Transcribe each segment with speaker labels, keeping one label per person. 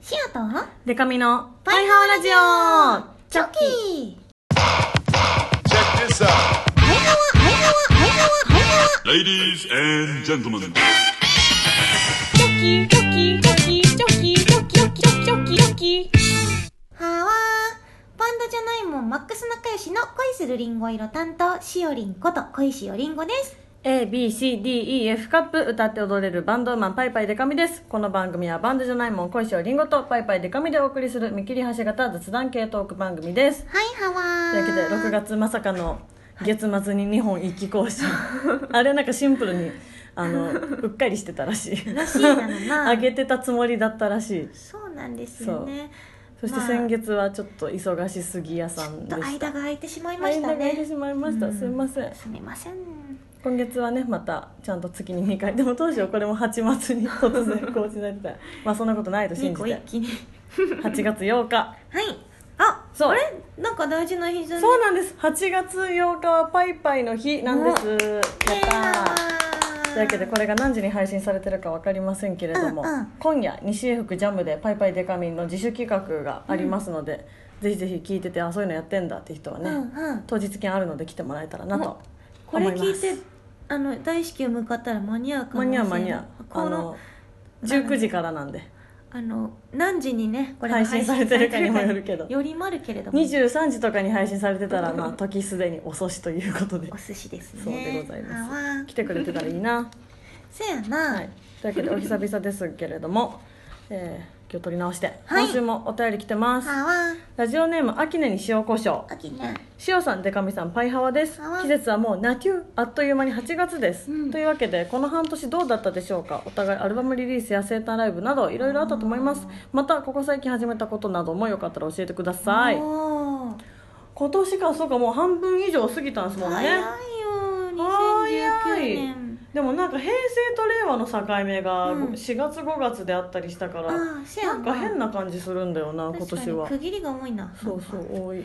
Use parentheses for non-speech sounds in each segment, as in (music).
Speaker 1: シオと
Speaker 2: デカミの
Speaker 1: パイハワラジオチョキ
Speaker 3: Check this out.
Speaker 1: パイハワパイハワパイハワパイハワ
Speaker 3: Ladies and gentlemen.
Speaker 4: チョキチョキチョキチョキチョキチョキチョキ
Speaker 1: はわーバンドじゃないもんマックス仲良しの恋するりんご色担当しおりんこと恋しおりんごです
Speaker 2: ABCDEF カップ歌って踊れるバンドウーマンパイパイデカミですこの番組はバンドじゃないもん恋しおりんごとパイパイデカミでお送りする見切り発車型雑談系トーク番組です
Speaker 1: はいはわー
Speaker 2: というわけで6月まさかの月末に日本一気
Speaker 1: (laughs)
Speaker 2: 更新あれなんかシンプルにあのうっかりしてたらしい
Speaker 1: らしいなのな
Speaker 2: 上げてたつもりだったらしい
Speaker 1: そうなんですよね
Speaker 2: そして
Speaker 1: まあ
Speaker 2: 先月はちょっと忙しすぎ屋さん
Speaker 1: と
Speaker 2: でした
Speaker 1: 間が空いてしまいまし
Speaker 2: 間
Speaker 1: た
Speaker 2: が空いて
Speaker 1: ね
Speaker 2: しまいました、
Speaker 1: うん
Speaker 2: すいません
Speaker 1: すみません
Speaker 2: 今月はねまたちゃんと月に2回でも当初これも8月に突然更新されてた (laughs) らまあそんなことないと
Speaker 1: 2
Speaker 2: 信じ
Speaker 1: 個一
Speaker 2: て
Speaker 1: 気に
Speaker 2: 8月8日
Speaker 1: はいあ
Speaker 2: そう
Speaker 1: あれなんか大事な日じゃ
Speaker 2: そう
Speaker 1: う
Speaker 2: なんです8月8日はパイパイの日なんですやったーというわけでこれが何時に配信されてるか分かりませんけれども、
Speaker 1: うんうん
Speaker 2: 今夜西江福ジャムで「パイパイデカミン」の自主企画がありますので、ぜひぜひ聞いててあそういうのやってんだって人はね、
Speaker 1: うんうん
Speaker 2: 当日券あるので来てもらえたらなと
Speaker 1: これ
Speaker 2: 思います
Speaker 1: 聞いてあの大至急向かったら間に合うかもし
Speaker 2: 間
Speaker 1: れ
Speaker 2: に合
Speaker 1: ないう
Speaker 2: 間に合う
Speaker 1: こ
Speaker 2: あ
Speaker 1: の
Speaker 2: の19時からなんで
Speaker 1: あの何時にねこれが
Speaker 2: 配信されてるかにもよるけど
Speaker 1: よりもあるけれども
Speaker 2: 23時とかに配信されてたらまあ時すでに遅しということで
Speaker 1: お寿司 (laughs) ですね
Speaker 2: そうでございます
Speaker 1: あわー
Speaker 2: 来てくれてたらいいな
Speaker 1: せやな、
Speaker 2: はい、というわけでお久々ですけれども、えー今日撮り直して、
Speaker 1: はい
Speaker 2: 今週もお便り来てます
Speaker 1: あわ
Speaker 2: ラジオネーム秋根に塩コショウ
Speaker 1: あきね
Speaker 2: 塩さんでかみさんパイハワです
Speaker 1: ハワ
Speaker 2: 季節はもうナキューあっという間に8月です、
Speaker 1: うん
Speaker 2: というわけでこの半年どうだったでしょうかお互いアルバムリリースや生誕ライブなどいろいろあったと思いますまたここ最近始めたことなどもよかったら教えてください
Speaker 1: おー
Speaker 2: 今年かそうかもう半分以上過ぎたんですもんね
Speaker 1: 早いよ2019年
Speaker 2: でもなんか平成と令和の境目が
Speaker 1: うん
Speaker 2: 4月5月であったりしたから、
Speaker 1: ああせや
Speaker 2: な
Speaker 1: なん
Speaker 2: か変な感じするんだよな
Speaker 1: 確か
Speaker 2: 今年
Speaker 1: に
Speaker 2: は
Speaker 1: 区切りが多いな
Speaker 2: そ
Speaker 1: (laughs)
Speaker 2: うそう多い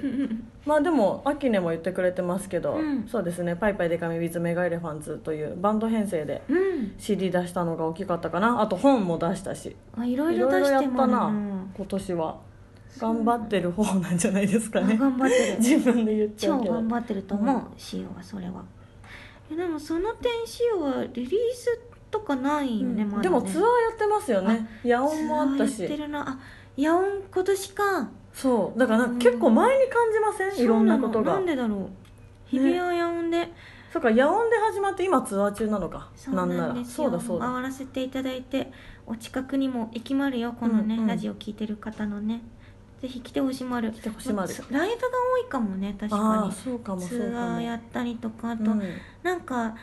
Speaker 2: まあでもアキネも言ってくれてますけど、
Speaker 1: うん
Speaker 2: そうですね「パイパイデカミ with メガエレファンツ」というバンド編成で
Speaker 1: うん
Speaker 2: CD 出したのが大きかったかなあと本も出したし
Speaker 1: あいろ
Speaker 2: い
Speaker 1: いろ
Speaker 2: ろい
Speaker 1: 出
Speaker 2: ろ
Speaker 1: し
Speaker 2: や
Speaker 1: て
Speaker 2: っ
Speaker 1: もら
Speaker 2: たな
Speaker 1: うな
Speaker 2: 今年は頑張ってる方なんじゃないですか
Speaker 1: あ
Speaker 2: ね
Speaker 1: 頑張ってる
Speaker 2: 自分で言っちゃ
Speaker 1: 超
Speaker 2: うけど
Speaker 1: 頑張ってると思うシオはそれはえでもその点シオはリリースとかないよね、まだね
Speaker 2: でもツアーやってますよね野音もあっ
Speaker 1: ツ
Speaker 2: た
Speaker 1: アーやって
Speaker 2: し
Speaker 1: るなあ夜音今年か
Speaker 2: そうだからなん
Speaker 1: うん
Speaker 2: か結構前に感じません、いろんなこと
Speaker 1: そうの
Speaker 2: が
Speaker 1: なんでだろう日比谷夜音で、
Speaker 2: そうか野音で始まって今ツアー中なのか
Speaker 1: そう
Speaker 2: なんな
Speaker 1: なん
Speaker 2: ら
Speaker 1: です
Speaker 2: そ
Speaker 1: よ
Speaker 2: うだそうだ
Speaker 1: 回らせていただいてお近くにも行きまるよこのね、
Speaker 2: うんうん
Speaker 1: ラジオ聞いてる方のねぜひ来てほしまる
Speaker 2: 来てほしまる
Speaker 1: ライブが多いかもね確
Speaker 2: ああ
Speaker 1: か
Speaker 2: ーそうかも
Speaker 1: に
Speaker 2: そ
Speaker 1: ツ
Speaker 2: うかも
Speaker 1: アーやったりとかあと、
Speaker 2: うん
Speaker 1: なんか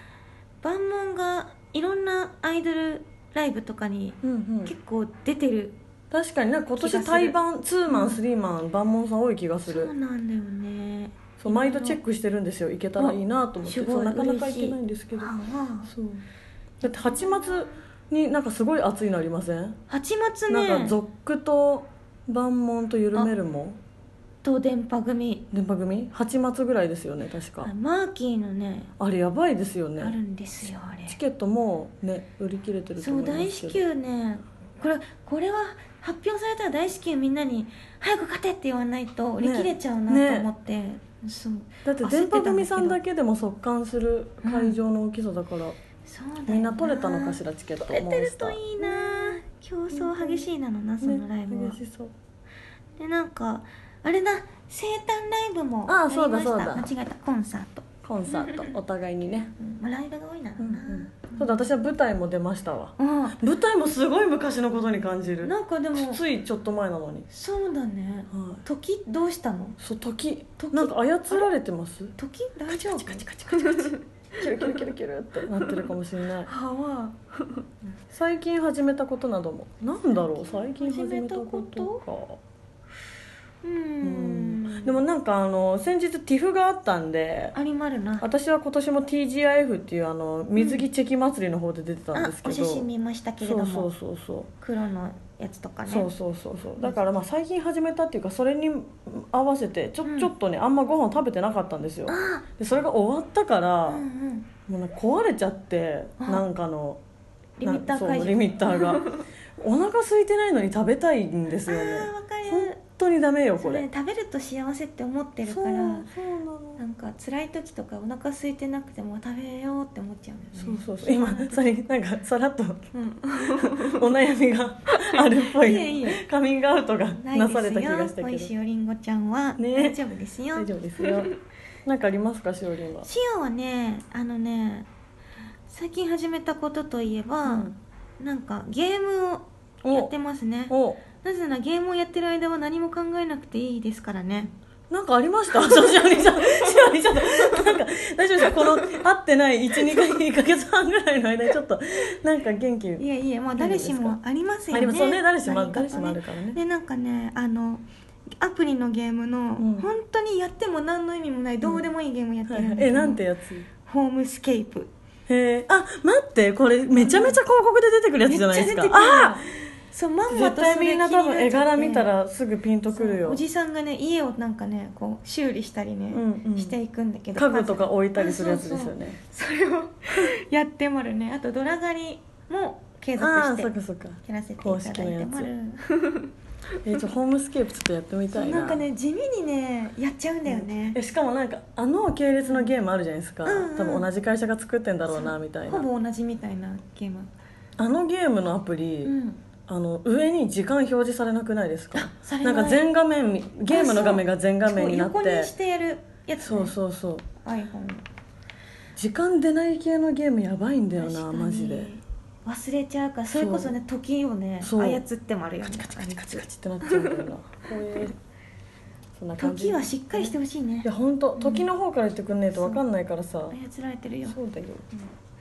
Speaker 1: 万門がいろんなアイドルライブとかに
Speaker 2: うんうん
Speaker 1: 結構出てる、
Speaker 2: 確かになんか今
Speaker 1: 気が
Speaker 2: 年
Speaker 1: する
Speaker 2: 対バンツーマンスリーマン万門さん多い気がす
Speaker 1: そう
Speaker 2: る
Speaker 1: なんだよね
Speaker 2: そう毎度チェックしてるんですよ行けたらいいなと思って
Speaker 1: あすごい
Speaker 2: そうなかなか行
Speaker 1: 嬉しい
Speaker 2: けないんですけど
Speaker 1: あ
Speaker 2: そうだって8月になんかすごい暑いのありません、
Speaker 1: あ蜂松
Speaker 2: なんか
Speaker 1: ね
Speaker 2: ゾックと万門と緩めるも
Speaker 1: と電波組
Speaker 2: 電波組8月ぐらいですよね確か
Speaker 1: あマーキーのね
Speaker 2: あれやばいですよね
Speaker 1: あるんですよあれ
Speaker 2: チケットもね売り切れてると
Speaker 1: そう
Speaker 2: 思い
Speaker 1: 大
Speaker 2: ます
Speaker 1: 至
Speaker 2: け
Speaker 1: 急
Speaker 2: ど
Speaker 1: ねこれこれは発表されたら大至急みんなに「早く勝て!」って言わないと売り切れちゃうな
Speaker 2: ね
Speaker 1: と思って、そう
Speaker 2: だって電波組さんだけでも速乾する会場の大きさだから、
Speaker 1: そうだよ
Speaker 2: みんな取れたのかしらチケット
Speaker 1: 取れてると
Speaker 2: い
Speaker 1: いいな競争激しいなのなそのライブは、
Speaker 2: ね、嬉しそう
Speaker 1: でなんかあれだ生誕ライブもや
Speaker 2: ああ
Speaker 1: りました
Speaker 2: そうだそうだ
Speaker 1: 間違えたコンサート、
Speaker 2: コンサートお互いにね、
Speaker 1: うんまあ、ライブが多いなのな、
Speaker 2: そうだ私は舞台も出ましたわ
Speaker 1: あ
Speaker 2: 舞台もすごい昔のことに感じる
Speaker 1: なんかでも
Speaker 2: ついちょっと前なのに、
Speaker 1: そうだね
Speaker 2: はい、
Speaker 1: 時どうしたの
Speaker 2: そう時
Speaker 1: 時
Speaker 2: なんか操られてます
Speaker 1: 時大丈夫
Speaker 2: カチカチカチカチキュルキュルキュルキュルってなってるかもしれない
Speaker 1: 歯は
Speaker 2: 最近始めたことなどもなんだろう最近始めたこと
Speaker 1: う
Speaker 2: かうん
Speaker 1: ん
Speaker 2: でもなんかあの先日ティフがあったんで
Speaker 1: ありまるな
Speaker 2: 私は今年も TGIF っていうあの水着チェキ祭りの方で出てたん
Speaker 1: あ
Speaker 2: ですけ
Speaker 1: お
Speaker 2: ど、
Speaker 1: 写真見ましたけれ
Speaker 2: そ
Speaker 1: ど
Speaker 2: う
Speaker 1: も
Speaker 2: そうそうそう
Speaker 1: 黒のやつとかね
Speaker 2: そうそうそうそうだからまあ最近始めたっていうかそれに合わせてちょ,、
Speaker 1: うん
Speaker 2: ちょっとねあんまご飯食べてなかったんですよ
Speaker 1: あ
Speaker 2: でそれが終わったから、
Speaker 1: あうんうん
Speaker 2: もうなんか壊れちゃって
Speaker 1: あ
Speaker 2: なんかの
Speaker 1: リミッター
Speaker 2: なん
Speaker 1: 解除 (laughs)
Speaker 2: そうリミッターがお腹空いてないのに食べたいんですよね
Speaker 1: あーわかる
Speaker 2: 本当にダメよこ
Speaker 1: それ
Speaker 2: れ
Speaker 1: ね食べると幸せって思ってるか
Speaker 2: そうそうな
Speaker 1: ら
Speaker 2: の
Speaker 1: なんか辛い時とかお腹空いてなくても食べようって思っちゃう
Speaker 2: そ
Speaker 1: よ
Speaker 2: う
Speaker 1: ね
Speaker 2: そうそう今それなんかさらっと
Speaker 1: うん
Speaker 2: お悩
Speaker 1: (laughs)
Speaker 2: みがあるっぽい
Speaker 1: いいえいいえ
Speaker 2: カミングアウトが
Speaker 1: ない
Speaker 2: (laughs) なされた気が
Speaker 1: で
Speaker 2: し
Speaker 1: す
Speaker 2: た
Speaker 1: よ
Speaker 2: け
Speaker 1: おい
Speaker 2: ど
Speaker 1: しおりんごちゃんは
Speaker 2: ね
Speaker 1: 大丈夫ですよ、
Speaker 2: 大丈夫ですよなんかありますかしおりんは
Speaker 1: 塩はねあのね最近始めたことといえば、なんかゲームをやってますね
Speaker 2: おお
Speaker 1: なぜならゲームをやってる間は何も考えなくていいですからね
Speaker 2: なんかありましたし (laughs) おりんさんしおりんさんなんか大丈夫ですかこの会ってない12か2ヶ月半ぐらいの間にちょっとなんか元気
Speaker 1: いえいえまあ誰しもありますよね
Speaker 2: ありますそうね誰しも
Speaker 1: 何
Speaker 2: ある
Speaker 1: かと
Speaker 2: 誰しもあるからね
Speaker 1: でなんかねあのアプリのゲームの、
Speaker 2: ん
Speaker 1: 本当にやっても何の意味もないどうでもいいゲームやって
Speaker 2: は
Speaker 1: る
Speaker 2: い
Speaker 1: ん
Speaker 2: は
Speaker 1: だ
Speaker 2: い
Speaker 1: けど
Speaker 2: えなんてやつ
Speaker 1: ホームスケープ
Speaker 2: へえあ待ってこれめちゃめちゃ広告で出てくるやつじゃないですか
Speaker 1: めっちゃ出てくるの
Speaker 2: あ
Speaker 1: そうまん
Speaker 2: ー
Speaker 1: ま
Speaker 2: 絶
Speaker 1: とそれ
Speaker 2: 対みんな多分絵柄見た
Speaker 1: 気になっちゃって
Speaker 2: らすぐピンとくるよ
Speaker 1: おじさんがね家をなんかねこう修理したりね、
Speaker 2: うんうん
Speaker 1: していくんだけど
Speaker 2: 家具とか置いたりするやつですよね
Speaker 1: まずそうそうそれをやってもるねあとドラ狩りも継続
Speaker 2: ああ
Speaker 1: し
Speaker 2: ー
Speaker 1: て
Speaker 2: そっかそっか
Speaker 1: やらせていただいてもる
Speaker 2: えーちょホームスケープちょっとやってみたいな
Speaker 1: なんかね地味にねやっちゃうんだよね、
Speaker 2: えしかもなんかあの系列のゲームあるじゃないですか、
Speaker 1: うんうん
Speaker 2: 多分同じ会社が作ってんだろうなみたい
Speaker 1: ほ
Speaker 2: な
Speaker 1: ぼ同じみたいなゲーム
Speaker 2: あのゲームのアプリ、
Speaker 1: うん
Speaker 2: あの上に時間表示されなくないですか
Speaker 1: され
Speaker 2: な
Speaker 1: ない
Speaker 2: んか全画面みゲームの画面が全画面になっ
Speaker 1: そう横
Speaker 2: て
Speaker 1: にしてやるやつ、ね、
Speaker 2: そうそうそう
Speaker 1: iPhone
Speaker 2: 時間出ない系のゲームやばいんだよ
Speaker 1: 確か
Speaker 2: な
Speaker 1: に
Speaker 2: マジで
Speaker 1: 忘れちゃうからそれこそね時をね
Speaker 2: そう
Speaker 1: 操ってもあるよね
Speaker 2: カチカチカチカチカチってなっちゃうんだよなこういうそんな感じ
Speaker 1: 時はしっかりしてほしいね
Speaker 2: いや本当時の方から言ってくんねえと分かんないからさ、
Speaker 1: 操られてるよ
Speaker 2: そうだよ、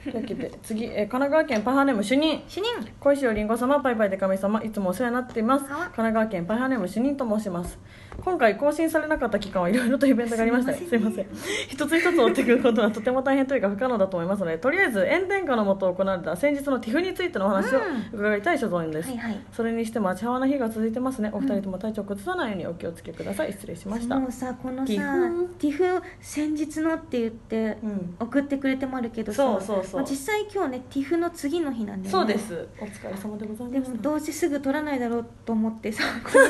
Speaker 2: というわけで次、えー神奈川県パイハーネーム主任
Speaker 1: 主任
Speaker 2: 小石よりんご様パイパイで神様いつもお世話になっています
Speaker 1: あ
Speaker 2: 神奈川県パイハーネーム主任と申します今回更新されなかった期間はいろいろとイベントがありましたがす
Speaker 1: す
Speaker 2: い
Speaker 1: い
Speaker 2: ま
Speaker 1: ま
Speaker 2: せ
Speaker 1: せ
Speaker 2: ん
Speaker 1: ん
Speaker 2: 一つ一つ追ってくることはとても大変というか不可能だと思いますのでとりあえず炎天下のもと行われた先日の TIFF についてのお話を伺いたい所存です、
Speaker 1: はいはい
Speaker 2: それにしてもあちはわな日が続いてますねお二人とも体調を崩さないようにお気をつけください失礼しました
Speaker 1: もうさこのさ
Speaker 2: ティフ
Speaker 1: ティフ先日のって言って
Speaker 2: うん
Speaker 1: 送ってくれてもあるけどさ
Speaker 2: そうそうそう
Speaker 1: まあ実際今日ねティフの次の日なんだよね
Speaker 2: そうですお疲れ様でござい
Speaker 1: で
Speaker 2: ま
Speaker 1: も
Speaker 2: した
Speaker 1: どうせすぐ取らないだろうと思ってさこ
Speaker 2: (laughs)
Speaker 1: の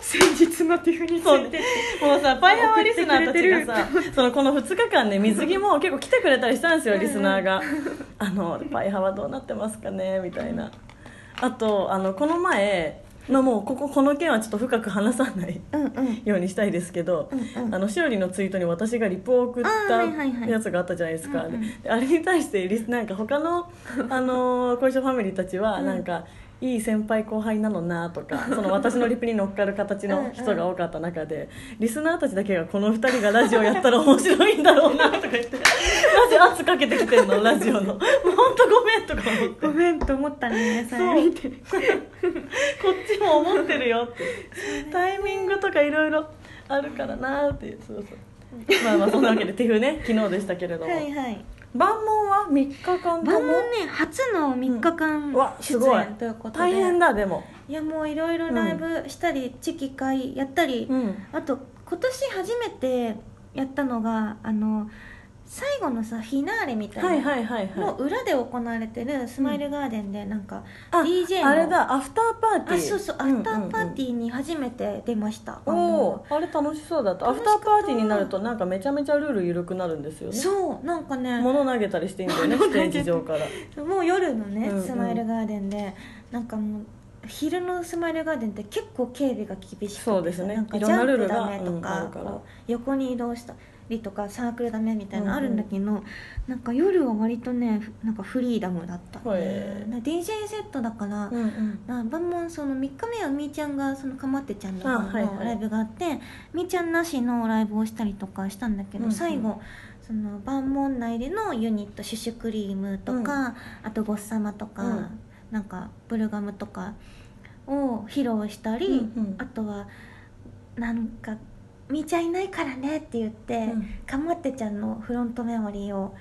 Speaker 1: 先日のティフにつ
Speaker 2: そう
Speaker 1: い
Speaker 2: ね
Speaker 1: て、
Speaker 2: もうさパイハワリスナーたちがさそのこの2日間ね水着も結構来てくれたりしたんですよリスナーが「あのパイハワどうなってますかね?」みたいなあとあのこの前まあもうこここの件はちょっと深く話さない
Speaker 1: うんうん
Speaker 2: (laughs) ようにしたいですけど、
Speaker 1: うんうん
Speaker 2: あのしおりのツイートに私がリプを送っ
Speaker 1: あーはいはいは
Speaker 2: た
Speaker 1: い
Speaker 2: やつがあったじゃないですか、
Speaker 1: うんうん
Speaker 2: であれに対してリスなんか他
Speaker 1: (laughs)
Speaker 2: のあのー小石ファミリーたちは
Speaker 1: うん
Speaker 2: なんか、いい先輩後輩なのな
Speaker 1: (laughs)
Speaker 2: とかその私のリプに乗っかる形の人が多かった中でリスナーたちだけがこの2人がラジオやったら面白いんだろうなとか
Speaker 1: (laughs)
Speaker 2: 言ってマジ圧かけてきてんのラジオのもうほんとごめんとか思って
Speaker 1: ごめんと思ったねそれ
Speaker 2: そう
Speaker 1: 見て
Speaker 2: こっちも思ってるよってタイミングとかいろいろあるからなーっていうそうそうまあまあそんなわけで TIFF ね昨日でしたけれど
Speaker 1: (laughs)
Speaker 2: も、
Speaker 1: はいはい
Speaker 2: 万問は3日間とも
Speaker 1: 番組ね初の3日
Speaker 2: う
Speaker 1: 間
Speaker 2: わす
Speaker 1: 出
Speaker 2: ごい
Speaker 1: 演ということで
Speaker 2: 大変だでも
Speaker 1: いやもういろいろライブしたり、チキ会やったり、
Speaker 2: うん
Speaker 1: あと今年初めてやったのがあの最後のさフィナーレみた
Speaker 2: はいい
Speaker 1: な
Speaker 2: はいはい
Speaker 1: の
Speaker 2: はい
Speaker 1: 裏で行われてるスマイルガーデンでなんか、
Speaker 2: あ
Speaker 1: DJ の
Speaker 2: あれだアフターパーティー
Speaker 1: あそうそうアフターパーティーに初めて出ました、
Speaker 2: おおーあれ楽しそうだったア
Speaker 1: 楽
Speaker 2: フ
Speaker 1: しか
Speaker 2: タ
Speaker 1: った
Speaker 2: ーパーティーになるとなんかめちゃめちゃルール緩くなるんですよ
Speaker 1: あの
Speaker 2: ね
Speaker 1: そうなんかね
Speaker 2: 物投げたりしていいんだよねステージ上か
Speaker 1: (laughs)
Speaker 2: ら
Speaker 1: もう夜のね、
Speaker 2: うんうん
Speaker 1: スマイルガーデンでなんかもう昼のスマイルガーデンって結構警備が厳しくて
Speaker 2: そうですね
Speaker 1: なんか
Speaker 2: い
Speaker 1: ジ
Speaker 2: ろんな
Speaker 1: ャ
Speaker 2: ルー
Speaker 1: ン
Speaker 2: ル
Speaker 1: プ
Speaker 2: が
Speaker 1: ダメと
Speaker 2: うんあ
Speaker 1: か,、
Speaker 2: るから
Speaker 1: こう横に移動したりとかサークルダメみたいなのあ
Speaker 2: うんうん
Speaker 1: るんだけど、なんか夜は割とねなんかフリーダムだった、
Speaker 2: へえ
Speaker 1: な DJ セットだから、
Speaker 2: うんうん
Speaker 1: な晩門その3日目はみーちゃんがそのかまってちゃんの
Speaker 2: あはいはい
Speaker 1: ライブがあって、みーちゃんなしのライブをしたりとかしたんだけど、
Speaker 2: うんうん
Speaker 1: 最後その晩門内でのユニットシュシュクリームとか、
Speaker 2: うん
Speaker 1: あとゴッサマとか、
Speaker 2: うん
Speaker 1: なんかブルガムとかを披露したり、
Speaker 2: うんうん
Speaker 1: あとはなんか「みーちゃんいないからね」って言って、
Speaker 2: うん
Speaker 1: かまってちゃんのフロントメモリーを。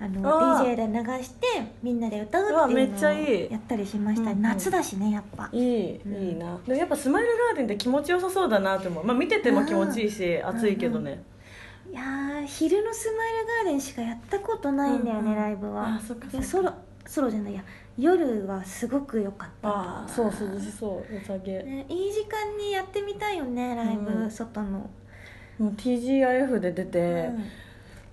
Speaker 1: あの
Speaker 2: あー
Speaker 1: DJ で流してみんなで歌うっていう
Speaker 2: うわめっち
Speaker 1: の
Speaker 2: ゃ
Speaker 1: を
Speaker 2: いい
Speaker 1: やったりしました、
Speaker 2: うんうん
Speaker 1: 夏だしねやっぱ
Speaker 2: いい、
Speaker 1: うん
Speaker 2: いいなでもやっぱスマイルガーデンって気持ちよさそうだなって思う、まあ、見てても気持ちいいし暑いけどね、
Speaker 1: いやー昼のスマイルガーデンしかやったことないんだよね、
Speaker 2: うんうん
Speaker 1: ライブは
Speaker 2: あそっかそっか
Speaker 1: でソロソロじゃないや夜はすごく良かった
Speaker 2: ああそう涼しそう良さげ
Speaker 1: ね、いい時間にやってみたいよねライブ、
Speaker 2: うん
Speaker 1: 外の、
Speaker 2: もう TGIF で出て
Speaker 1: う、ん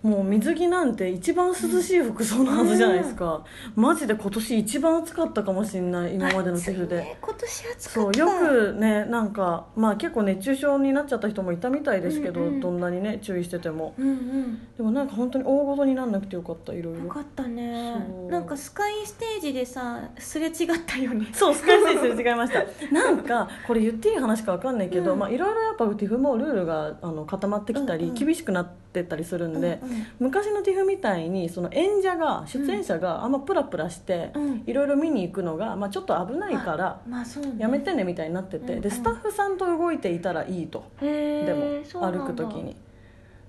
Speaker 2: もう水着なんて一番涼しい服装のはずじゃないですか、マジで今年一番暑かったかもしれない今までの季節
Speaker 1: 暑い
Speaker 2: で、
Speaker 1: ね、今年暑か
Speaker 2: そ
Speaker 1: っ
Speaker 2: う
Speaker 1: た
Speaker 2: よくねなんかまあ結構熱中症になっちゃった人もいたみたいですけど、
Speaker 1: うんうん
Speaker 2: どんなにね注意してても
Speaker 1: うんうん
Speaker 2: でもなんか本当に大ごとになんなくてよかったいろい
Speaker 1: よ
Speaker 2: ろ
Speaker 1: かったね
Speaker 2: そう
Speaker 1: なんかスカイステージでさすれ違ったよね
Speaker 2: そうスカイステージ違いましたなんかこれ言っていい話かわかんないけど、
Speaker 1: うん
Speaker 2: まあいろいろやっぱ TIFF もルールがあの固まってきたり、
Speaker 1: うんうん
Speaker 2: 厳しくなってったりするんで、
Speaker 1: うんうん
Speaker 2: 昔の TIFF みたいにその演者が出演者があんまプラプラして、
Speaker 1: うん
Speaker 2: いろいろ見に行くのが、まあ、ちょっと危ないから
Speaker 1: まあそうね
Speaker 2: やめてねみたいになってて、
Speaker 1: うんう
Speaker 2: で
Speaker 1: ん
Speaker 2: スタッフさんと動いていたらいいと、
Speaker 1: へえ
Speaker 2: でも歩く時に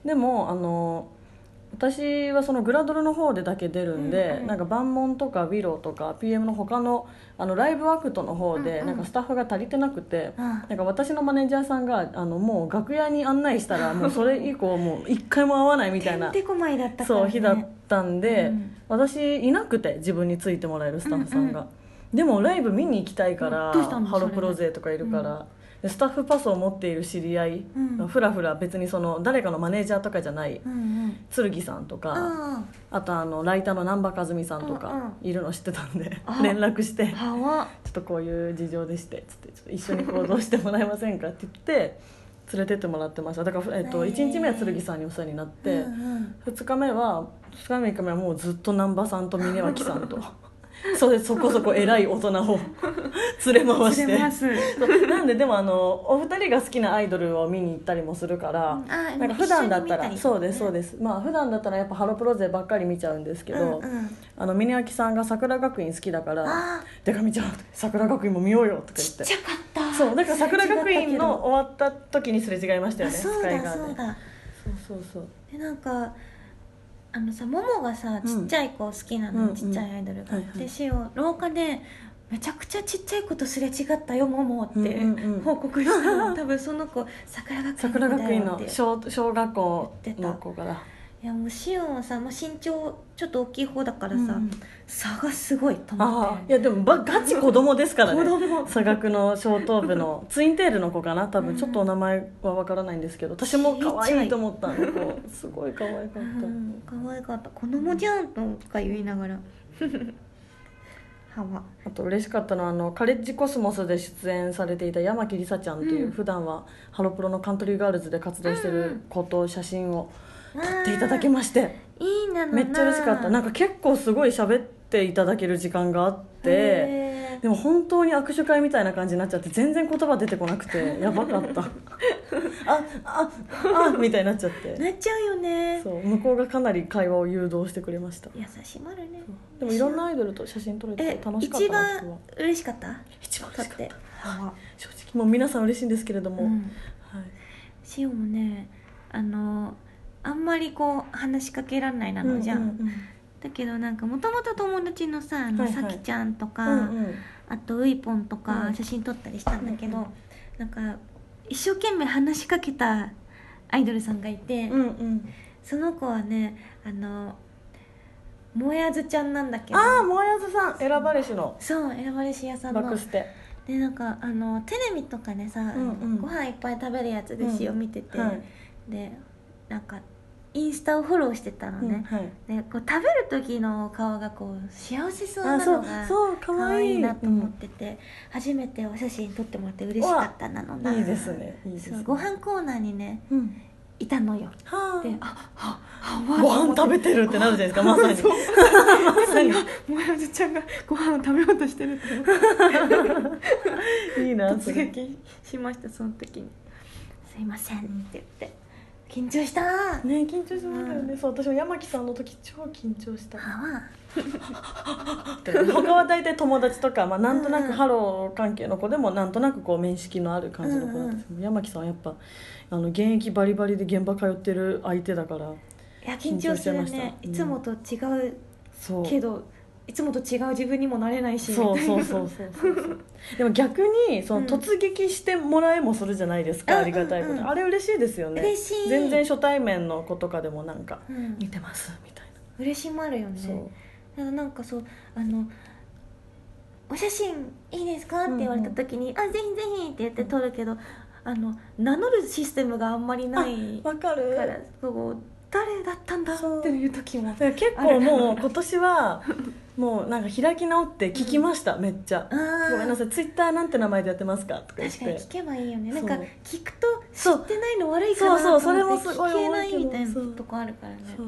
Speaker 2: でもあの私はそのグラドルの方でだけ出るんで、
Speaker 1: うんうん
Speaker 2: なんか万門とかウィローとか PM の他のあのライブアクトの方
Speaker 1: う
Speaker 2: で、
Speaker 1: んうん
Speaker 2: なんかスタッフが足りてなくて、
Speaker 1: あ
Speaker 2: なんか私のマネージャーさんがあのもう楽屋に案内したらもうそれ以降もう一回も会わないみたいな
Speaker 1: てんてこまいだったから、ね、
Speaker 2: そう日だったんで、
Speaker 1: うん
Speaker 2: 私いなくて自分についてもらえるスタッフさんが、でもライブ見に行きたいから、
Speaker 1: うんどうしたの
Speaker 2: ハロ
Speaker 1: それ
Speaker 2: プロ勢とかいるから、でスタッフパスを持っている知り合い、
Speaker 1: うん
Speaker 2: ふらふら別にその誰かのマネージャーとかじゃない
Speaker 1: うんうん
Speaker 2: 剣さんとか、
Speaker 1: あ
Speaker 2: あとあのライターの難波和美さんと
Speaker 1: うん
Speaker 2: かいるの知ってたんで、
Speaker 1: あ
Speaker 2: 連絡して
Speaker 1: あはわ
Speaker 2: ちょっとこういう事情でしてつってちょっと一緒に行動してもらえませんかって言って連れてってもらってましただから、えっと、
Speaker 1: へー
Speaker 2: 1日目は剣さんにお世話になって、
Speaker 1: うんうん
Speaker 2: 2日目は2日目3日目はもうずっと難波さんと峯脇さんと (laughs) それそこそこ偉い大人を (laughs) 連れ回し
Speaker 1: 釣
Speaker 2: て
Speaker 1: れます
Speaker 2: そう (laughs) なんででもあのお二人が好きなアイドルを見に行ったりもするから、
Speaker 1: うんあー
Speaker 2: なんか普段だったら、
Speaker 1: 一緒に見たりとかね
Speaker 2: そうですそうですまあ普段だったらやっぱハロプロ勢ばっかり見ちゃうんですけど、
Speaker 1: うんうん
Speaker 2: あの峯脇さんが桜学院好きだか
Speaker 1: あ
Speaker 2: ら「でかみちゃん桜学院も見ようよ」とか言っ
Speaker 1: ちっ
Speaker 2: て
Speaker 1: ちゃかった
Speaker 2: そうだから桜学院の
Speaker 1: お
Speaker 2: 終わった時にすれ違いましたよ
Speaker 1: あ
Speaker 2: ね
Speaker 1: そう
Speaker 2: スカイ
Speaker 1: だ
Speaker 2: ガ
Speaker 1: そ
Speaker 2: ー
Speaker 1: う
Speaker 2: で
Speaker 1: だ
Speaker 2: そうそうそう
Speaker 1: でなんかあのさももがさ
Speaker 2: うん
Speaker 1: ちっちゃい子好きなの、
Speaker 2: うん
Speaker 1: ちっちゃいアイドルが、
Speaker 2: はいはい
Speaker 1: でしお廊下でめちゃくちゃちっちゃい子とすれ違ったよももって、
Speaker 2: うんうんうん
Speaker 1: 報告した
Speaker 2: (laughs)
Speaker 1: の多分その子桜学院
Speaker 2: 桜学院
Speaker 1: だよ
Speaker 2: の
Speaker 1: って
Speaker 2: 小小学校の子から
Speaker 1: いやもうしおんはさもう身長ちょっと大きい方だからさ、
Speaker 2: うんうん
Speaker 1: 差がすごいと思
Speaker 2: あ
Speaker 1: っ
Speaker 2: あい
Speaker 1: て
Speaker 2: やでもばガチ子供ですからね
Speaker 1: 子供
Speaker 2: 佐学の小頭部のツインテールの子かな多分ちょっとお名前はわからないんですけど私も可愛いと思ったのこうすごい可愛かった、
Speaker 1: うん可愛かった子供じゃんとか言いながらはわ
Speaker 2: あと嬉しかったのはあのカレッジコスモスで出演されていた山木りさちゃんという、
Speaker 1: うん
Speaker 2: 普段はハロプロのカントリーガールズで活動してる子と写真を撮っていただきまして、
Speaker 1: いいなのな
Speaker 2: めっちゃ嬉しかったなん
Speaker 1: か
Speaker 2: か結構すごい喋っていただける時間があってでも本当に握手会みたいな感じになっちゃって全然言葉出てこなく
Speaker 1: (laughs)
Speaker 2: てやばかったあああみたいになっちゃって
Speaker 1: なっちゃうよね
Speaker 2: そう向こうがかなり会話を誘導してくれました
Speaker 1: 優しいまるね
Speaker 2: でもいろんなアイドルと写真撮れて
Speaker 1: え
Speaker 2: 楽しかっ
Speaker 1: 一
Speaker 2: たな今日
Speaker 1: 番
Speaker 2: は
Speaker 1: 嬉しかった
Speaker 2: 一番
Speaker 1: 撮っ
Speaker 2: 嬉しかってた
Speaker 1: は
Speaker 2: 正直もう皆さん嬉しいんですけれど
Speaker 1: う
Speaker 2: も、
Speaker 1: ん
Speaker 2: はい、
Speaker 1: しおもねあのあんまりこう話しかけられないなのじゃん、
Speaker 2: うう
Speaker 1: だけどなんかもともと友達のさあの、
Speaker 2: はいはい
Speaker 1: さきちゃんとか、
Speaker 2: うんうん
Speaker 1: あとういぽんとか
Speaker 2: うん
Speaker 1: 写真撮ったりしたんだけど、
Speaker 2: うんうん
Speaker 1: なんか一生懸命話しかけたアイドルさんがいて、
Speaker 2: うんうん
Speaker 1: その子はねあのもやずちゃんなんだけど
Speaker 2: ああもやずさん選ばれしの
Speaker 1: そう選ばれし屋さん
Speaker 2: バッ
Speaker 1: の
Speaker 2: クステ
Speaker 1: でなんかあのテレビとかねさ、
Speaker 2: んうん
Speaker 1: ご飯いっぱい食べるやつですよ、
Speaker 2: うん
Speaker 1: 見てて、
Speaker 2: はい
Speaker 1: でなんかインスタをフォローしてたの
Speaker 2: うん
Speaker 1: ね、
Speaker 2: はい
Speaker 1: でこう食べる時の顔がこう幸せそう
Speaker 2: あ
Speaker 1: な
Speaker 2: そ
Speaker 1: の
Speaker 2: う
Speaker 1: が
Speaker 2: そうか
Speaker 1: 可
Speaker 2: わ
Speaker 1: 愛い
Speaker 2: いい
Speaker 1: なと思ってて、初めてお写真撮ってもらって嬉しかったなの
Speaker 2: う
Speaker 1: なん
Speaker 2: いいですねいいです
Speaker 1: そう
Speaker 2: ね
Speaker 1: ご飯コーナーにね
Speaker 2: うん
Speaker 1: いたのよ
Speaker 2: はあ
Speaker 1: であはは
Speaker 2: ご飯食べてるってなるじゃないですかまさ (laughs) に
Speaker 1: まさにもやずちゃんがご飯を食べようとしてるって思って
Speaker 2: いいなそ
Speaker 1: 突
Speaker 2: れ
Speaker 1: 撃しましたその時に「すいません」って言って「緊張したー」
Speaker 2: ね緊張しましたよね、そう私も山木さんの時超緊張した
Speaker 1: あわ
Speaker 2: 他は大体友達とか、まあ、なんとな
Speaker 1: うん
Speaker 2: くハロー関係の子でもなんとなくこう面識のある感じの子なんですけど、山木さんはやっぱあの現役バリバリで現場通ってる相手だから
Speaker 1: いや緊張するね
Speaker 2: 緊張しちゃいました
Speaker 1: いつもと違う
Speaker 2: そう
Speaker 1: けど、いつもと違う自分にもなれないし
Speaker 2: そう
Speaker 1: みたい
Speaker 2: そう
Speaker 1: な
Speaker 2: そうそうそうそうでも逆にその
Speaker 1: うん
Speaker 2: 突撃してもらえもするじゃないですか、
Speaker 1: うん
Speaker 2: ありがたいこと、
Speaker 1: うんうん
Speaker 2: あれ嬉しいですよね
Speaker 1: 嬉しい
Speaker 2: 全然初対面の子とかでもなんか
Speaker 1: うん
Speaker 2: 見てますみたいな、
Speaker 1: 嬉しまるよね
Speaker 2: そう
Speaker 1: だからなんかそうあの「お写真いいですか?」って言われた時に「あぜひぜひ」って言って撮るけどあの名乗るシステムがあんまりないか
Speaker 2: わかる
Speaker 1: らこう誰だったんだ
Speaker 2: そう
Speaker 1: っていう時も
Speaker 2: だから結構もう今年
Speaker 1: (laughs)
Speaker 2: はもうなんか開き直って聞きましためっちゃ
Speaker 1: あー
Speaker 2: ごめんなさいツイッターなんて名前でやってますかとか言っ
Speaker 1: 確かに
Speaker 2: て
Speaker 1: 聞けばいいよねなん
Speaker 2: そう
Speaker 1: か聞くと知ってないの悪いかな
Speaker 2: そう
Speaker 1: と思って
Speaker 2: そうそうそれもすごい
Speaker 1: 聞け
Speaker 2: 思う
Speaker 1: な
Speaker 2: け
Speaker 1: い
Speaker 2: ど
Speaker 1: みたいな
Speaker 2: そう
Speaker 1: とこあるからね
Speaker 2: そう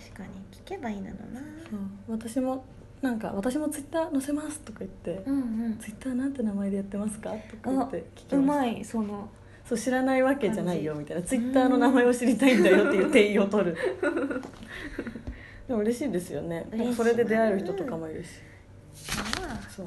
Speaker 1: 確かに聞けばいいなのな
Speaker 2: そう私もなんか私もツイッター載せますとか言って
Speaker 1: うんうん
Speaker 2: ツイッターなんて名前でやってますかとか言って聞き
Speaker 1: う
Speaker 2: まし
Speaker 1: まいその
Speaker 2: たそう知らないわけじゃないよみたいなツイッターの名前を知りたいんだよっていう定義を取る
Speaker 1: (laughs)
Speaker 2: でも嬉しいですよね
Speaker 1: 嬉しい
Speaker 2: それで出会える人とかもいるし
Speaker 1: あ
Speaker 2: そう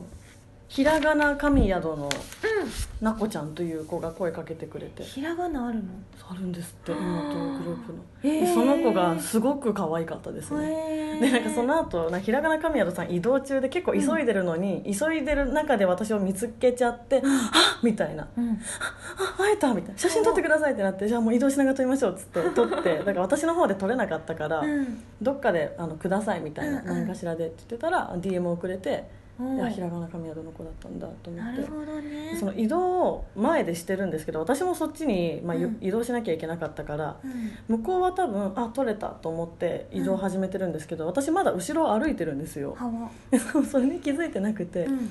Speaker 2: ひらがな神宿
Speaker 1: う
Speaker 2: の
Speaker 1: ん
Speaker 2: なこちゃんという子が声かけてくれて
Speaker 1: ひらがなあるの
Speaker 2: あるんですって妹グループの、
Speaker 1: へー
Speaker 2: でその子がすごく可愛かったですね
Speaker 1: へえ
Speaker 2: でなんかその後なひらがな神宿さん移動中で結構急いでるのに、急いでる中で私を見つけちゃって「あっ!」みたいな
Speaker 1: うん
Speaker 2: 「あ会えた!」みたいな「写真撮ってください」ってなって「じゃあもう移動しながら撮りましょう」っつって撮ってだから私の方で撮れなかったから、
Speaker 1: うん
Speaker 2: どっかであの「ください」みたいな、
Speaker 1: うんうん
Speaker 2: 何かしらでって言ってたら DM をくれて「いや
Speaker 1: おう
Speaker 2: ひらがな神宿の子だったんだ」と思
Speaker 1: な
Speaker 2: っ
Speaker 1: る
Speaker 2: て。
Speaker 1: ほどね
Speaker 2: その移動を前でしてるんですけど私もそっちに、まあゆ
Speaker 1: うん
Speaker 2: 移動しなきゃいけなかったから
Speaker 1: うん
Speaker 2: 向こうは多分あ取れたと思って移動始めてるんですけど、私まだ後ろを歩いてるんですよ
Speaker 1: はわ
Speaker 2: (laughs) それに気づいてなくて、
Speaker 1: うん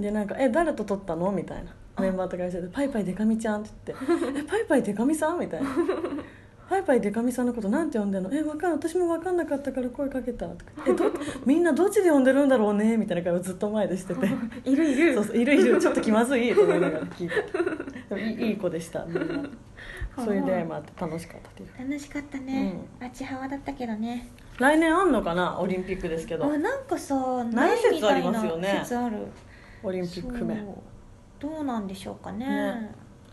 Speaker 2: でなんか「え誰と撮ったの?」みたいなメンバーとかにしてて「パイパイデカミちゃん」って言って「えパイパイデカミさん?」み
Speaker 1: (laughs)
Speaker 2: たいな「パイパイデカミさんのことなんて呼んでんの?」「えわかん私も分かんなかったから声かけた」とか言ってえどみんなどっちで呼んでるんだろうね」みたいな会話をずっと前でしてているいるそうそういるいるちょっと気まずいと思いながら聞いてでもいいいい子でしたみん
Speaker 1: (laughs)
Speaker 2: なそういう出会いもあって楽しかったっていう
Speaker 1: 楽しかったねあちはわだったけどね
Speaker 2: 来年あんのかなオリンピックですけど
Speaker 1: あなんかさな
Speaker 2: 何
Speaker 1: いみ
Speaker 2: 説
Speaker 1: た
Speaker 2: あり
Speaker 1: い
Speaker 2: ま
Speaker 1: な
Speaker 2: すよね
Speaker 1: 説ある
Speaker 2: オリンピック
Speaker 1: そ
Speaker 2: 名
Speaker 1: うどうなんでしょうかね
Speaker 2: ね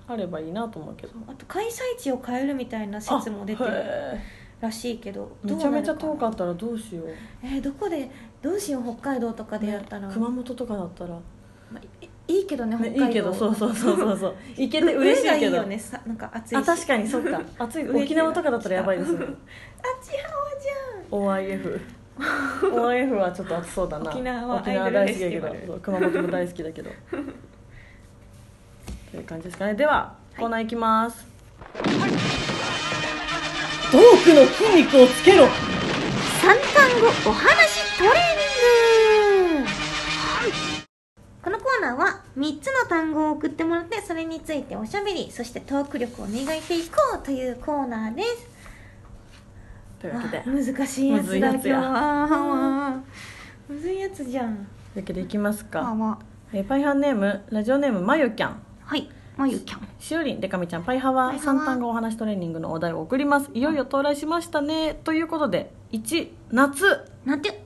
Speaker 2: あればいいなと思うけど
Speaker 1: あと開催地を変えるみたいな説も出て
Speaker 2: あ
Speaker 1: る
Speaker 2: へ
Speaker 1: らしいけど
Speaker 2: え
Speaker 1: どうな
Speaker 2: めちゃ
Speaker 1: る
Speaker 2: めちゃ遠か
Speaker 1: な
Speaker 2: ったらどうしよう
Speaker 1: えーどこでどうしよう北海道とかでやったら、
Speaker 2: ね熊本とかだったら、
Speaker 1: まあいいいけどね北
Speaker 2: ね、
Speaker 1: 海道
Speaker 2: いいけどそうそうそうそう
Speaker 1: (laughs)
Speaker 2: そう行けて
Speaker 1: 上
Speaker 2: 嬉し
Speaker 1: が
Speaker 2: い
Speaker 1: いい
Speaker 2: けど
Speaker 1: よねさなんか暑いし
Speaker 2: あ確
Speaker 1: に
Speaker 2: かにそっか暑
Speaker 1: 上
Speaker 2: い
Speaker 1: 行けば
Speaker 2: 沖縄とかだったらやばいですね
Speaker 1: あちはわじ (laughs)
Speaker 2: OIF OIF はちょっと暑そうだな
Speaker 1: 沖縄は
Speaker 2: 沖縄
Speaker 1: アイドル
Speaker 2: 大好きだ
Speaker 1: フェス
Speaker 2: け
Speaker 1: ティバ
Speaker 2: ど
Speaker 1: ル
Speaker 2: そう熊本も大好き
Speaker 1: (laughs)
Speaker 2: だけどという感じですかねではコーナー行きます、トークの筋肉をつけろ
Speaker 1: ゃん三単語お話トレーニングこのコーナーは3つの単語を送ってもらってそれについておしゃべりそしてトーク力を磨いていこうというコーナーです
Speaker 2: というわけで
Speaker 1: あ難しいや
Speaker 2: むず
Speaker 1: つ
Speaker 2: い
Speaker 1: だ
Speaker 2: や
Speaker 1: 今
Speaker 2: つ
Speaker 1: 日
Speaker 2: や
Speaker 1: はむずいやつじゃん
Speaker 2: だけでいきます
Speaker 1: あ
Speaker 2: か、
Speaker 1: わ
Speaker 2: えーパイハーネームラジオネームまゆきゃん
Speaker 1: はいまゆきゃん
Speaker 2: しおりんでかみちゃんパイハ
Speaker 1: パ
Speaker 2: ワ
Speaker 1: イハワ
Speaker 2: 三単語お話トレーニングのお題を送りますいよいよ到来しましたねということで1夏、
Speaker 1: なんて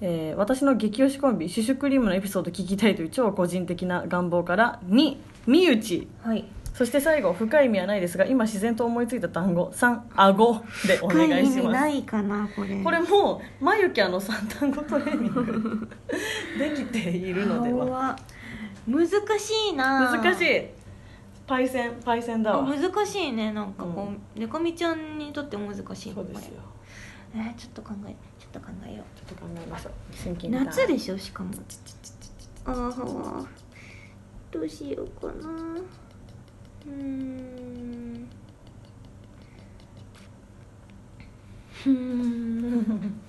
Speaker 2: えー私の激推しコンビシュシュクリームのエピソード聞きたいという超個人的な願望から2身内
Speaker 1: はい
Speaker 2: そして最後深い意味はないですが今自然と思いついた単語3顎でお願い
Speaker 1: 深意
Speaker 2: し
Speaker 1: 味
Speaker 2: ます
Speaker 1: ないかなこれ
Speaker 2: これもうまゆきゃんの三単語トレーニング (laughs) できているので
Speaker 1: 顔
Speaker 2: は
Speaker 1: は難しいな
Speaker 2: 難しいパイセンパイセンだ
Speaker 1: あ
Speaker 2: わ
Speaker 1: 難しいねなんかこ
Speaker 2: う
Speaker 1: うでかみちゃんにとっても難しいね
Speaker 2: そうで
Speaker 1: こ
Speaker 2: すよ
Speaker 1: れえーちょっと考えちょっと考えよ
Speaker 2: ちょっと考えましょう真
Speaker 1: う
Speaker 2: 剣に
Speaker 1: 夏でしょしかもああどうしようかなうーん (laughs) うーん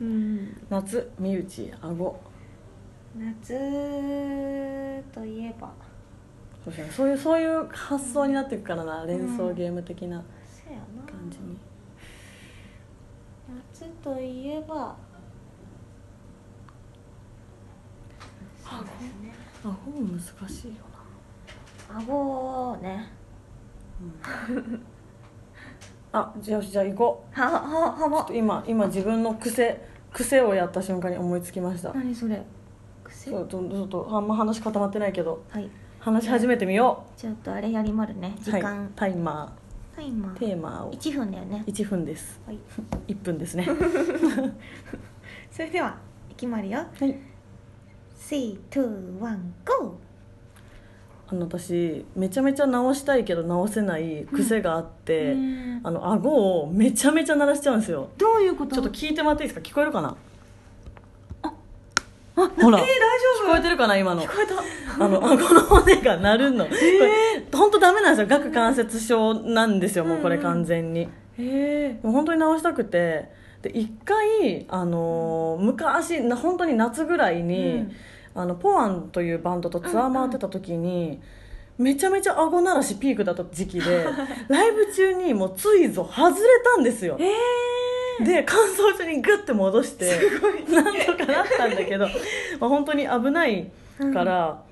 Speaker 1: うん
Speaker 2: 夏身内顎
Speaker 1: 夏といえば
Speaker 2: そうですねそういうそういう発想になっていくからな、連想ゲーム的な
Speaker 1: そやな
Speaker 2: 感じに、
Speaker 1: 夏といえばそうですね
Speaker 2: 顎も難しいよな
Speaker 1: 顎をね
Speaker 2: あじゃあじゃあ行こ
Speaker 1: ははは
Speaker 2: うちょっと今今自分の癖癖をやった瞬間に思いつきました
Speaker 1: 何それ癖
Speaker 2: そ
Speaker 1: は
Speaker 2: うちょちょっとあんま話固まってないけど
Speaker 1: い
Speaker 2: 話し始めてみよ
Speaker 1: ちょっとあれやりまるね
Speaker 2: う
Speaker 1: 時
Speaker 2: はい
Speaker 1: 間、
Speaker 2: タイマ
Speaker 1: タイマ
Speaker 2: ーテ
Speaker 1: ー
Speaker 2: ーマを
Speaker 1: 1分だよね
Speaker 2: 1分です
Speaker 1: はい
Speaker 2: 1分です
Speaker 1: (laughs)
Speaker 2: ね
Speaker 1: それでは決まるよ
Speaker 2: はい
Speaker 1: 321 GO!
Speaker 2: ああの私めちゃめちゃ直したいけど直せない癖があって、
Speaker 1: うん
Speaker 2: あの顎をめちゃめちゃ鳴らしちゃうんですよ
Speaker 1: どういうこと
Speaker 2: ちょっと聞いてもらっていいですか聞こえるかな
Speaker 1: あ
Speaker 2: ほら
Speaker 1: えー、大
Speaker 2: 聞
Speaker 1: 丈夫
Speaker 2: こえてるかな今の
Speaker 1: 聞こえた
Speaker 2: あ (laughs) の顎の骨が鳴るの、本当ダメなんですよ顎関節症なんですよもうこれ完全に、
Speaker 1: え
Speaker 2: もう本当に直したくてで一回、あのー昔な本当に夏ぐらいに、
Speaker 1: うん
Speaker 2: あのポアンというバンドとツアー回ってた時に、めちゃめちゃ顎鳴らしピークだった時期でライブ中にもうついぞ外れたんですよ
Speaker 1: え
Speaker 2: で乾燥中にグッて戻してなんとかなったんだけど、まあ、本当に危ないから、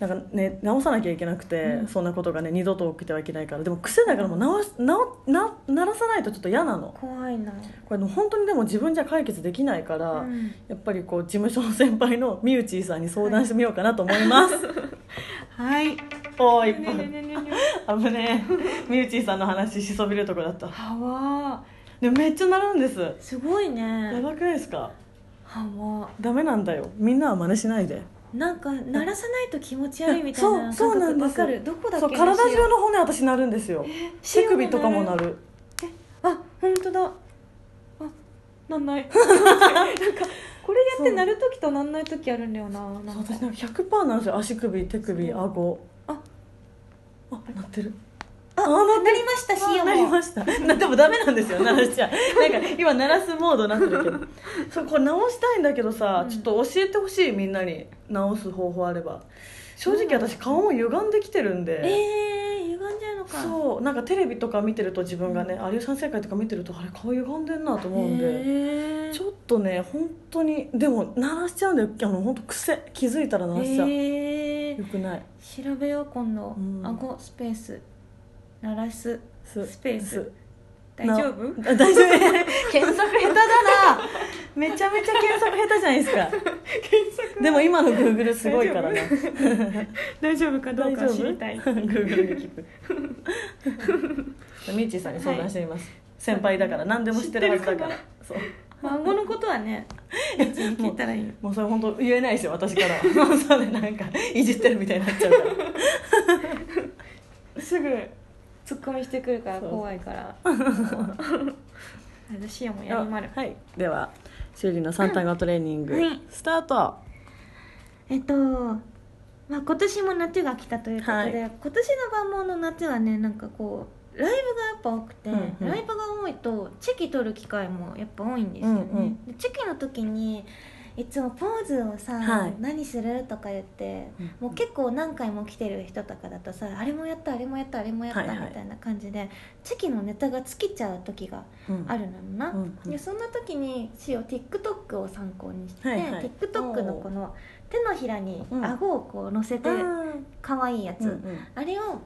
Speaker 2: なんかね直さなきゃいけなくて、そんなことがね二度と起きてはいけないからでも癖だからもう直し直な鳴らさないとちょっと嫌なの
Speaker 1: 怖いな
Speaker 2: これでも本当にでも自分じゃ解決できないから、
Speaker 1: うん
Speaker 2: やっぱりこう事務所の先輩のみうちーさんに相談してみようかなと思います、
Speaker 1: (laughs) はい
Speaker 2: おーい
Speaker 1: ねねねね (laughs) ね
Speaker 2: 危ねえみうちーさんの話しそびれるとこだった
Speaker 1: はわ
Speaker 2: でもめっちゃ鳴るんです
Speaker 1: ーすごい
Speaker 2: や
Speaker 1: ね
Speaker 2: ばくないですか
Speaker 1: はわ
Speaker 2: ダメなんだよみんなは真似しないで
Speaker 1: ーなんか鳴らさないと気持ち悪いみたいな
Speaker 2: そうそうなんです
Speaker 1: わかるどこだっ
Speaker 2: そ
Speaker 1: け
Speaker 2: う体
Speaker 1: 足
Speaker 2: 中の骨私鳴るんですよ手首とかも鳴る
Speaker 1: あ本当だあなん
Speaker 2: (laughs)
Speaker 1: ないなんかこれやって鳴る時と鳴んない時あるんだよななん
Speaker 2: そう
Speaker 1: か
Speaker 2: 私なんか100%なんですよ足首手首顎
Speaker 1: あ
Speaker 2: あ鳴ってる
Speaker 1: あ鳴りましたしよ
Speaker 2: なり
Speaker 1: も
Speaker 2: ました (laughs) なでもダメなんですよ鳴らしちゃなんか今鳴らすモードになってるけど (laughs) そうこれ直したいんだけどさ、
Speaker 1: うん
Speaker 2: ちょっと教えてほしいみんなに直す方法あれば正直私顔も歪んできてるんで、
Speaker 1: えー、歪んじゃうのかう
Speaker 2: そうなんかテレビとか見てると自分がね有吉反省会とか見てるとあれ顔歪んでんなと思うんで、
Speaker 1: えー、
Speaker 2: ちょっとね本当にでも鳴らしちゃうんだよあの本当癖気づいたら鳴らしちゃう、
Speaker 1: え
Speaker 2: よくない
Speaker 1: ー、調べよう今度、
Speaker 2: ん
Speaker 1: 顎スペース鳴らす
Speaker 2: す
Speaker 1: スペース
Speaker 2: す
Speaker 1: 大丈夫
Speaker 2: (laughs) なあ大丈夫検索下手だなめちゃめちゃ検索下手じゃないですか
Speaker 1: (laughs) 検索
Speaker 2: でも今の Google すごいからな
Speaker 1: 大丈
Speaker 2: (laughs)
Speaker 1: 夫か
Speaker 2: 大丈夫 Google に聞く (laughs) みーちーさんに相談してみます、先輩だから何でも知ってるはずだからそう
Speaker 1: 孫のことはね聞いたらいい
Speaker 2: もうそれ本当言えないですよ私から (laughs) それなんかいじってるみたいになっちゃうから
Speaker 1: すぐツッコミしてくるから
Speaker 2: そう
Speaker 1: 怖いから私やも (laughs) や
Speaker 2: あ
Speaker 1: りまる
Speaker 2: はいでは修理の三単語トレーニング、
Speaker 1: うんはい
Speaker 2: スタート
Speaker 1: えっと、まあ、今年も夏が来たということで、
Speaker 2: はい
Speaker 1: 今年の万能の夏はねなんかこうライブがやっぱ多くて、
Speaker 2: うんうん
Speaker 1: ライブが多いとチェキ取る機会もやっぱ多いんですよね、
Speaker 2: うんうん
Speaker 1: でチェキの時にいつもポーズをさ、
Speaker 2: はい
Speaker 1: 何するとか言って、
Speaker 2: うん
Speaker 1: もう結構何回も来てる人とかだとさあれもやったあれもやったあれもやった
Speaker 2: は
Speaker 1: み
Speaker 2: いはい
Speaker 1: たいな感じで、チェキのネタが尽きちゃう時が
Speaker 2: うん
Speaker 1: あるのよな、
Speaker 2: うんうん
Speaker 1: でそんな時にしよう TikTok を参考にして、
Speaker 2: はいはい
Speaker 1: TikTok のこの手のひらに
Speaker 2: うん
Speaker 1: 顎をこう乗せて
Speaker 2: うん
Speaker 1: 可愛いやつ、
Speaker 2: うん
Speaker 1: あれを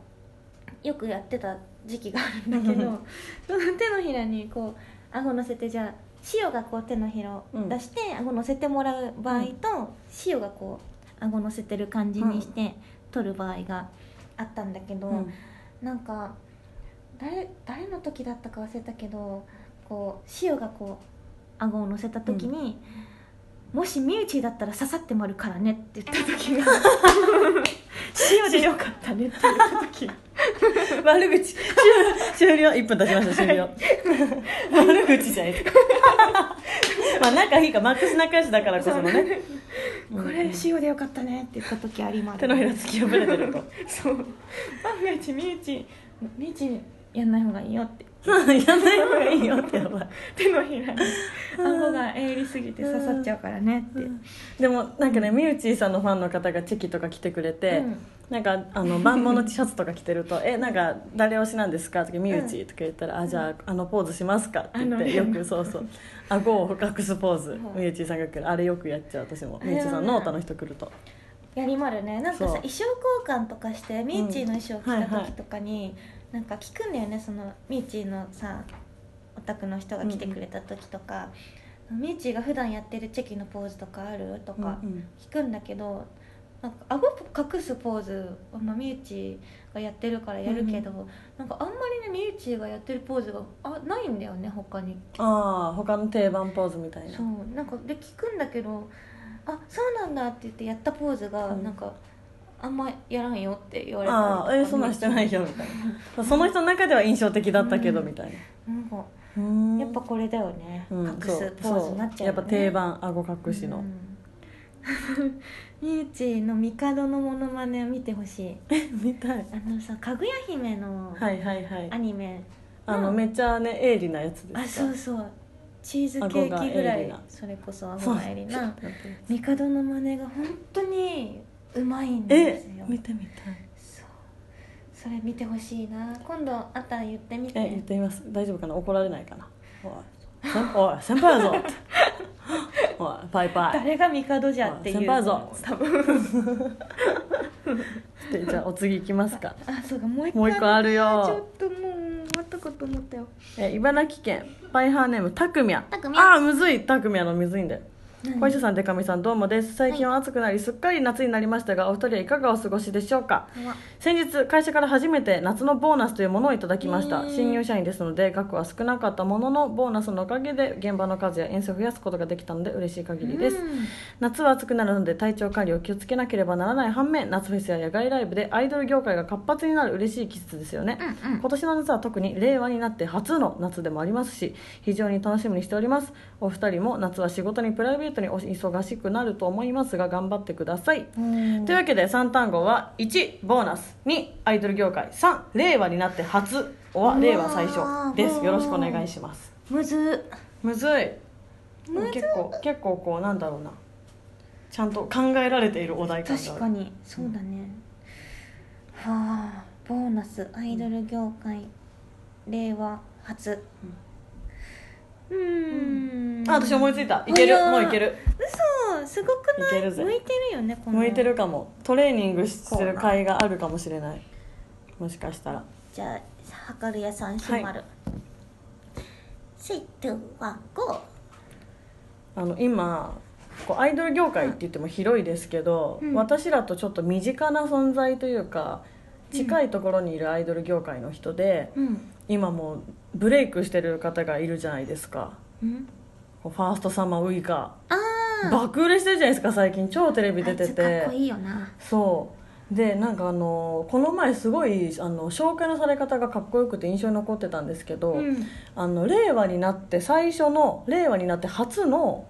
Speaker 1: よくやってた時期があるんだけ
Speaker 2: う
Speaker 1: どその手のひらにこう顎乗せてじゃあ塩がこう手のひらを出して、顎乗せてもらう場合と塩がこう顎乗せてる感じにして取る場合があったんだけど。
Speaker 2: うん
Speaker 1: なんか誰誰の時だったか忘れたけどこう潮がこう顎を乗せた時に、もし身内だったら刺さってもるからねって言った時が塩でよかったねって言った時が
Speaker 2: 悪口終終了1分経ちました終了悪口じゃないですか (laughs) まあ仲いいかマックス仲良しだからこそのね
Speaker 1: (laughs) これ塩でよかったねって言った時あります
Speaker 2: 手のひら突き破れてると (laughs)
Speaker 1: そう万が一身内身内やんない方がいいよって
Speaker 2: やんない方がいいよってやばい
Speaker 1: 手のひらに顎が鋭利すぎて刺さっちゃうからねって、
Speaker 2: でもなんかねみうちーさんのファンの方がチェキとか来てくれて、
Speaker 1: うん
Speaker 2: なんかあの万物 T シャツとか着て
Speaker 1: (laughs)
Speaker 2: ると「えなんか誰推しなんですか?」とか「みうちー」とか言ったら「あじゃああのポーズしますか」って言って、
Speaker 1: あ
Speaker 2: よ
Speaker 1: のね
Speaker 2: くそうそう顎を隠すポーズ
Speaker 1: はい
Speaker 2: みうちーさんが来るあれよくやっちゃう私も
Speaker 1: あれ
Speaker 2: みうちーさん
Speaker 1: はね
Speaker 2: の歌の人来ると
Speaker 1: やりまるねなんかさ
Speaker 2: そう
Speaker 1: 衣装交換とかしてミーチーの衣装を着た時とかに、なんか聞くんだよねそのミーチーのさお宅の人が来てくれた時とか、ミーチーが普段やってるチェキのポーズとかあるとか
Speaker 2: うんうん
Speaker 1: 聞くんだけど、なんか顎隠すポーズは、まあ、ミーチーがやってるからやるけど、なんかあんまりねミーチーがやってるポーズがあないんだよね他に
Speaker 2: ああ他の定番ポーズみたいな
Speaker 1: そうなんかで聞くんだけど「あそうなんだ」って言ってやったポーズが、
Speaker 2: うん
Speaker 1: なんかあんまやらんよって言われたりと
Speaker 2: あ
Speaker 1: か
Speaker 2: あえそんなんしてないよみたいなその人の中では印象的だったけどみたい
Speaker 1: なんか
Speaker 2: な
Speaker 1: やっぱこれだよね、
Speaker 2: うん
Speaker 1: 隠すポーズになっちゃう,、ね、
Speaker 2: そうやっぱ定番顎隠し
Speaker 1: (laughs)
Speaker 2: の、
Speaker 1: うんミューチの帝のモノマネを見てほしい
Speaker 2: え見たい
Speaker 1: あのさかぐや姫の
Speaker 2: はいはいはい
Speaker 1: アニメ、
Speaker 2: あのめっちゃね鋭利なやつですか
Speaker 1: あそうそうチーズケーキぐら
Speaker 2: 顎がエリ
Speaker 1: い
Speaker 2: ナ
Speaker 1: それこそア
Speaker 2: そ
Speaker 1: ゴ
Speaker 2: う
Speaker 1: がエリな
Speaker 2: ちょっと待って
Speaker 1: 帝のマネが本当にうまいんです
Speaker 2: え
Speaker 1: よ
Speaker 2: 見てみたい
Speaker 1: そうそれ見てほしいな今度あったら言ってみて
Speaker 2: え言ってみます大丈夫かな怒られないかなお (laughs) い先おい先輩やぞ (laughs) っておいパイパイ
Speaker 1: 誰が帝じゃっていう
Speaker 2: 先輩ぞ
Speaker 1: 多分
Speaker 2: でじゃあお次行きますか
Speaker 1: あそうかもう一個
Speaker 2: もう一個ある
Speaker 1: ちょ
Speaker 2: よ
Speaker 1: っともう終わったかと思ったよ
Speaker 2: え茨城県パイハーネームたくみゃ
Speaker 1: たくみゃ
Speaker 2: ああむずいたくみゃのむずいんだよ
Speaker 1: 何
Speaker 2: 小石さんでかみさんどうもです最近は暑くなりすっかり夏になりましたがお二人はいかがお過ごしでしょうか
Speaker 1: こんばんは
Speaker 2: 先日会社から初めて夏のボーナスというものをいただきました
Speaker 1: へー
Speaker 2: 新入社員ですので額は少なかったもののボーナスのおかげで現場の数や遠征を増やすことができたので嬉しい限りです、
Speaker 1: うん
Speaker 2: 夏は暑くなるので体調管理を気をつけなければならない反面夏フェスや野外ライブでアイドル業界が活発になる嬉しい季節ですよね、
Speaker 1: うんうん
Speaker 2: 今年の夏は特に令和になって初の夏でもありますし非常に楽しみにしておりますお二人も夏は仕事にプライベートにお忙しくなると思いますが頑張ってくださいというわけで3単語は1ボーナス2アイドル業界3令和になって初は令和最初で
Speaker 1: うわ
Speaker 2: す
Speaker 1: ー
Speaker 2: よろしくお願いします
Speaker 1: むず
Speaker 2: むずい
Speaker 1: むずい
Speaker 2: 結構結構こうなんだろうなちゃんと考えられているお題感がある
Speaker 1: 確かにそうだね、はあボーナスアイドル業界、令和初うーん
Speaker 2: あ私思いついたいける
Speaker 1: 早
Speaker 2: もういける
Speaker 1: 嘘すごくない
Speaker 2: いけるぜ
Speaker 1: 向いてるよねこの
Speaker 2: 向いてるかもトレーニングしてる会があるかもしれないもしかしたら
Speaker 1: じゃあ測る屋さん閉まる、セイトワゴ
Speaker 2: あの今こうアイドル業界って言っても広いですけど、
Speaker 1: うん
Speaker 2: 私らとちょっと身近な存在というか近いところにいるアイドル業界の人で、
Speaker 1: うん
Speaker 2: 今もうブレイクしてる方がいるじゃないですか
Speaker 1: うん
Speaker 2: こうファーストサマーウイカ
Speaker 1: ああ
Speaker 2: 爆売れしてるじゃないですか最近超テレビ出てて
Speaker 1: あいつかっこいいよな
Speaker 2: そうでなんかあのこの前すごいあの紹介のされ方がかっこよくて印象に残ってたんですけど、
Speaker 1: うん
Speaker 2: あの令和になって最初の令和になって初の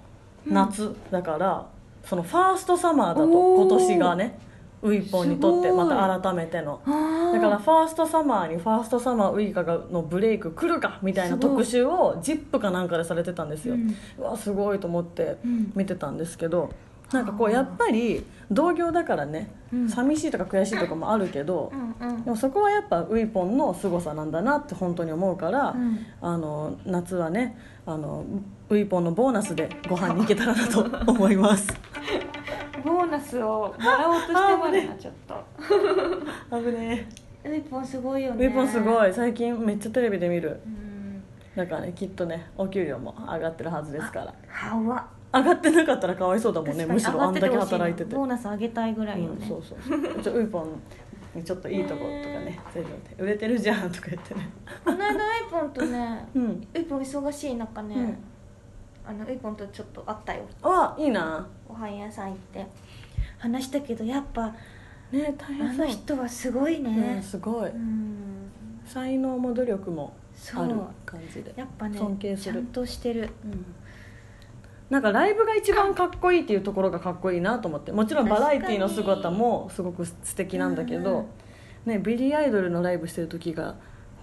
Speaker 2: 夏、だからそのファーストサマーだと
Speaker 1: おー
Speaker 2: 今年がねウイポンにとって
Speaker 1: すごい
Speaker 2: また改めての
Speaker 1: あ
Speaker 2: だ
Speaker 1: あ
Speaker 2: からファーストサマーにファーストサマーウイカがのブレイク来るかみたいな
Speaker 1: すごい
Speaker 2: 特集を「ZIP!」かなんかでされてたんですよ、
Speaker 1: うん
Speaker 2: うわすごいと思って
Speaker 1: うん
Speaker 2: 見てたんですけど、なんかこ
Speaker 1: あ
Speaker 2: う
Speaker 1: ー
Speaker 2: やっぱり同業だからね、
Speaker 1: うん
Speaker 2: 寂しいとか悔しいとかもあるけど、
Speaker 1: うんうん
Speaker 2: でもそこはやっぱウイポンの凄さなんだなって本当に思うから、
Speaker 1: うん
Speaker 2: あの夏はねあのウイポンのボーナスでご飯に行けたらなと (laughs) 思います
Speaker 1: ボーナスをもらおうとしてまるなちょっと
Speaker 2: 危ね
Speaker 1: ウイポンすごいよ
Speaker 2: え
Speaker 1: ね
Speaker 2: ウイポンすご
Speaker 1: い
Speaker 2: い最近めっちゃテレビで見る
Speaker 1: うん
Speaker 2: だからねきっとねお給料も上がってるはずですから
Speaker 1: はわ
Speaker 2: 上がってなかったらかわいそうだもんねむしろあんだけ働いてて
Speaker 1: ボーナス上げたいぐらいよ
Speaker 2: うん
Speaker 1: ね
Speaker 2: そうそうそうちょウイポンにちょっといいとことかね全部売れてるじゃんとか言 (laughs) ってね
Speaker 1: この間ウイポンとね
Speaker 2: うん
Speaker 1: ウイポン忙しい中ね、
Speaker 2: うん
Speaker 1: あのウイポンとちょっと会ったよ
Speaker 2: あいいな
Speaker 1: ご飯屋さん行って話したけどやっぱ
Speaker 2: ね大
Speaker 1: あ
Speaker 2: 変そう
Speaker 1: の人はすごい
Speaker 2: うん
Speaker 1: ね
Speaker 2: すごい
Speaker 1: うん
Speaker 2: 才能も努力もある
Speaker 1: そう
Speaker 2: 感じで
Speaker 1: やっぱね
Speaker 2: 尊敬す
Speaker 1: ち
Speaker 2: る
Speaker 1: ゃんとしてる
Speaker 2: なんかライブが一番かっこいいっていうところがかっこいいなと思ってもちろんバラエティーの姿もすごく素敵なんだけど、ね、ビリー・アイドルのライブしてる時が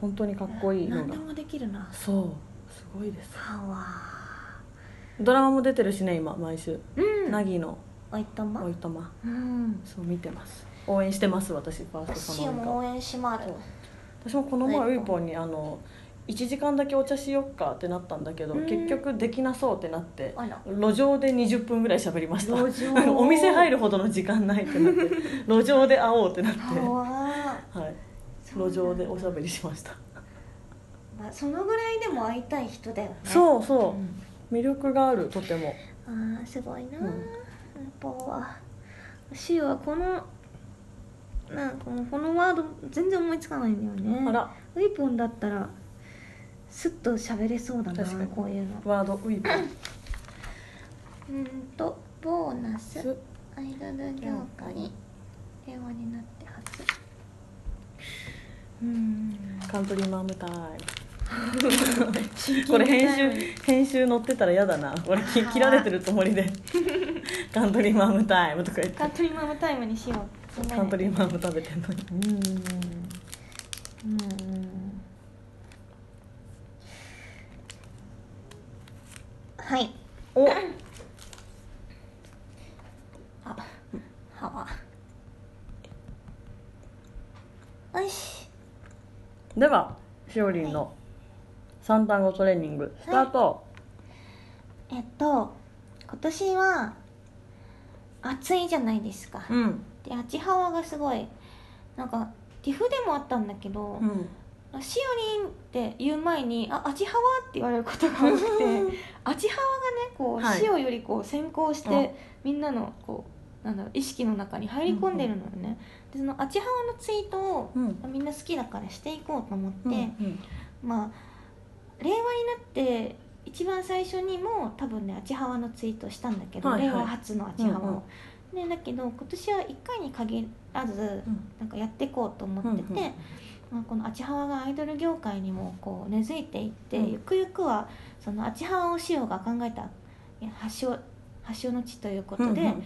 Speaker 2: 本当にかっこいいの
Speaker 1: 何
Speaker 2: が
Speaker 1: でもできるな
Speaker 2: そうすごいです
Speaker 1: はわ
Speaker 2: ドラマも出てるしね今毎週
Speaker 1: うん
Speaker 2: 凪、の
Speaker 1: おいとま
Speaker 2: おいとま
Speaker 1: うん
Speaker 2: そう見てます応援してます私ファースト
Speaker 1: 私
Speaker 2: サマーウイカ
Speaker 1: も応援しまる
Speaker 2: 私もこの前
Speaker 1: はい
Speaker 2: ウイポンにあの1時間だけお茶しよっかってなったんだけど
Speaker 1: うん
Speaker 2: 結局できなそうってなって
Speaker 1: あら
Speaker 2: 路上で20分ぐらい喋りました
Speaker 1: 路上
Speaker 2: (laughs) お店入るほどの時間ないってなって
Speaker 1: (laughs)
Speaker 2: 路上で会おうってなって、
Speaker 1: はわ
Speaker 2: はい、
Speaker 1: そう
Speaker 2: 路上でおしゃべりしました
Speaker 1: まあそのぐらいでも会いたい人だよね
Speaker 2: そうそう魅力があるとても
Speaker 1: あーすごいなー、
Speaker 2: うん
Speaker 1: やっぱシーはこのなんかもうこのワード全然思いつかないんだよね
Speaker 2: あら
Speaker 1: ウイポンだったらスッと喋れそうだな
Speaker 2: 確かに
Speaker 1: こういうの
Speaker 2: ワードウイポン
Speaker 1: うんとボーナス
Speaker 2: す
Speaker 1: アイドル業界、平和になって初うん
Speaker 2: カントリーマーム (laughs) タイム
Speaker 1: 真
Speaker 2: こ
Speaker 1: 剣
Speaker 2: れ
Speaker 1: に
Speaker 2: 編
Speaker 1: 最後に
Speaker 2: 集編集載ってたら嫌だなこれき切られてるつもりで (laughs) 「カントリーマームタイム」とか言って
Speaker 1: カントリーマームタイムにしよう
Speaker 2: カントリー
Speaker 1: ム
Speaker 2: マーム食べてんのに
Speaker 1: うんうんはい
Speaker 2: お
Speaker 1: あはわよし
Speaker 2: ではしおりんの三単語トレーニングスタート、
Speaker 1: えっと今年は暑いじゃないですか、
Speaker 2: うん
Speaker 1: で秋葉原がすごいなんか岐阜でもあったんだけど、
Speaker 2: うん
Speaker 1: しおりんって言う前に「あ秋葉は?」って言われることが多くて (laughs) 秋葉はがねこう、
Speaker 2: はい
Speaker 1: しおよりこう先行して、
Speaker 2: うん
Speaker 1: みんなのこうなんだろう意識の中に入り込んでるのよね、でその秋葉はのツイートを、
Speaker 2: うん
Speaker 1: みんな好きだからしていこうと思って、
Speaker 2: うんうん
Speaker 1: まあ令和になって一番最初にも多分ね秋葉はのツイートしたんだけど、
Speaker 2: はいはい
Speaker 1: 令和初の秋葉は
Speaker 2: うんうん
Speaker 1: を、ね、だけど今年は1回に限らず
Speaker 2: うん
Speaker 1: なんかやっていこうと思ってて、
Speaker 2: うんうん
Speaker 1: まあ、この秋葉原がアイドル業界にもこう根付いていって、
Speaker 2: うん
Speaker 1: ゆくゆくはその秋葉原をしようが考えたいや発祥発祥の地ということで、
Speaker 2: うんうん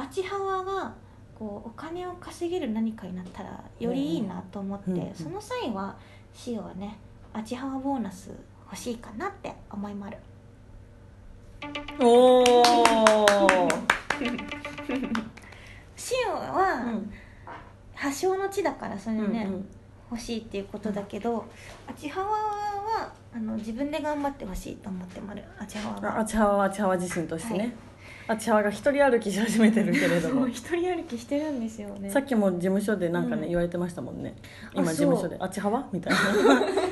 Speaker 1: 秋葉原がこうお金を稼げる何かになったらよりいいなと思って、
Speaker 2: うんうん
Speaker 1: その際はしおはね秋葉原ボーナス欲しいかなって思いまる
Speaker 2: おお、
Speaker 1: しおは、
Speaker 2: うん
Speaker 1: 発祥の地だからそれね、
Speaker 2: うん
Speaker 1: 欲しいっていうことだけど、秋葉原はあの自分で頑張ってほしいと思ってまる秋葉
Speaker 2: う
Speaker 1: 原
Speaker 2: ん、
Speaker 1: は
Speaker 2: あちはわあちはわ自身として
Speaker 1: はい
Speaker 2: ね、あちはわが一人歩きし始めてるけれど
Speaker 1: (laughs) も
Speaker 2: も
Speaker 1: う一人歩きしてるんですよね
Speaker 2: さっきも事務所でなんかね、
Speaker 1: うん
Speaker 2: 言われてましたもんね
Speaker 1: あ
Speaker 2: 今事
Speaker 1: そう
Speaker 2: 務所で「あちはわ?」みたい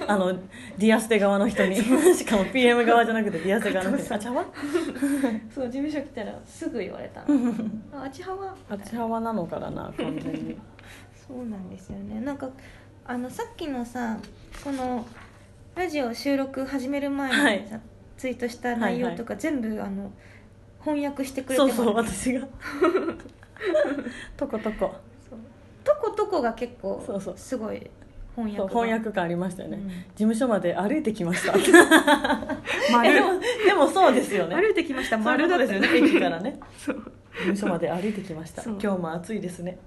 Speaker 2: な (laughs) あのディアステ側の人にしかも PM 側じゃなくてディアステ側の人に「あちはわ?
Speaker 1: そう事務所来たらすぐ言われたのあ秋葉原」
Speaker 2: あちはわなのからな完全に
Speaker 1: そうなんですよねなんかあのさっきのさこのラジオ収録始める前にさ、ツイートした内容とか全部、あの翻訳してくれて
Speaker 2: そう
Speaker 1: ます
Speaker 2: そう私がとことこ
Speaker 1: とことこが結構
Speaker 2: そうそう
Speaker 1: すごい翻訳
Speaker 2: そう
Speaker 1: が
Speaker 2: 翻訳感ありましたよね、
Speaker 1: うん
Speaker 2: 事務所まで歩いてき
Speaker 1: (laughs)
Speaker 2: ました
Speaker 1: 丸
Speaker 2: えでもでもそうですよね
Speaker 1: 歩いてきました
Speaker 2: 丸
Speaker 1: 丸
Speaker 2: だ
Speaker 1: だ
Speaker 2: ですよね駅からね
Speaker 1: そう
Speaker 2: 事務所まで歩いてきました
Speaker 1: そう
Speaker 2: 今日も暑いですね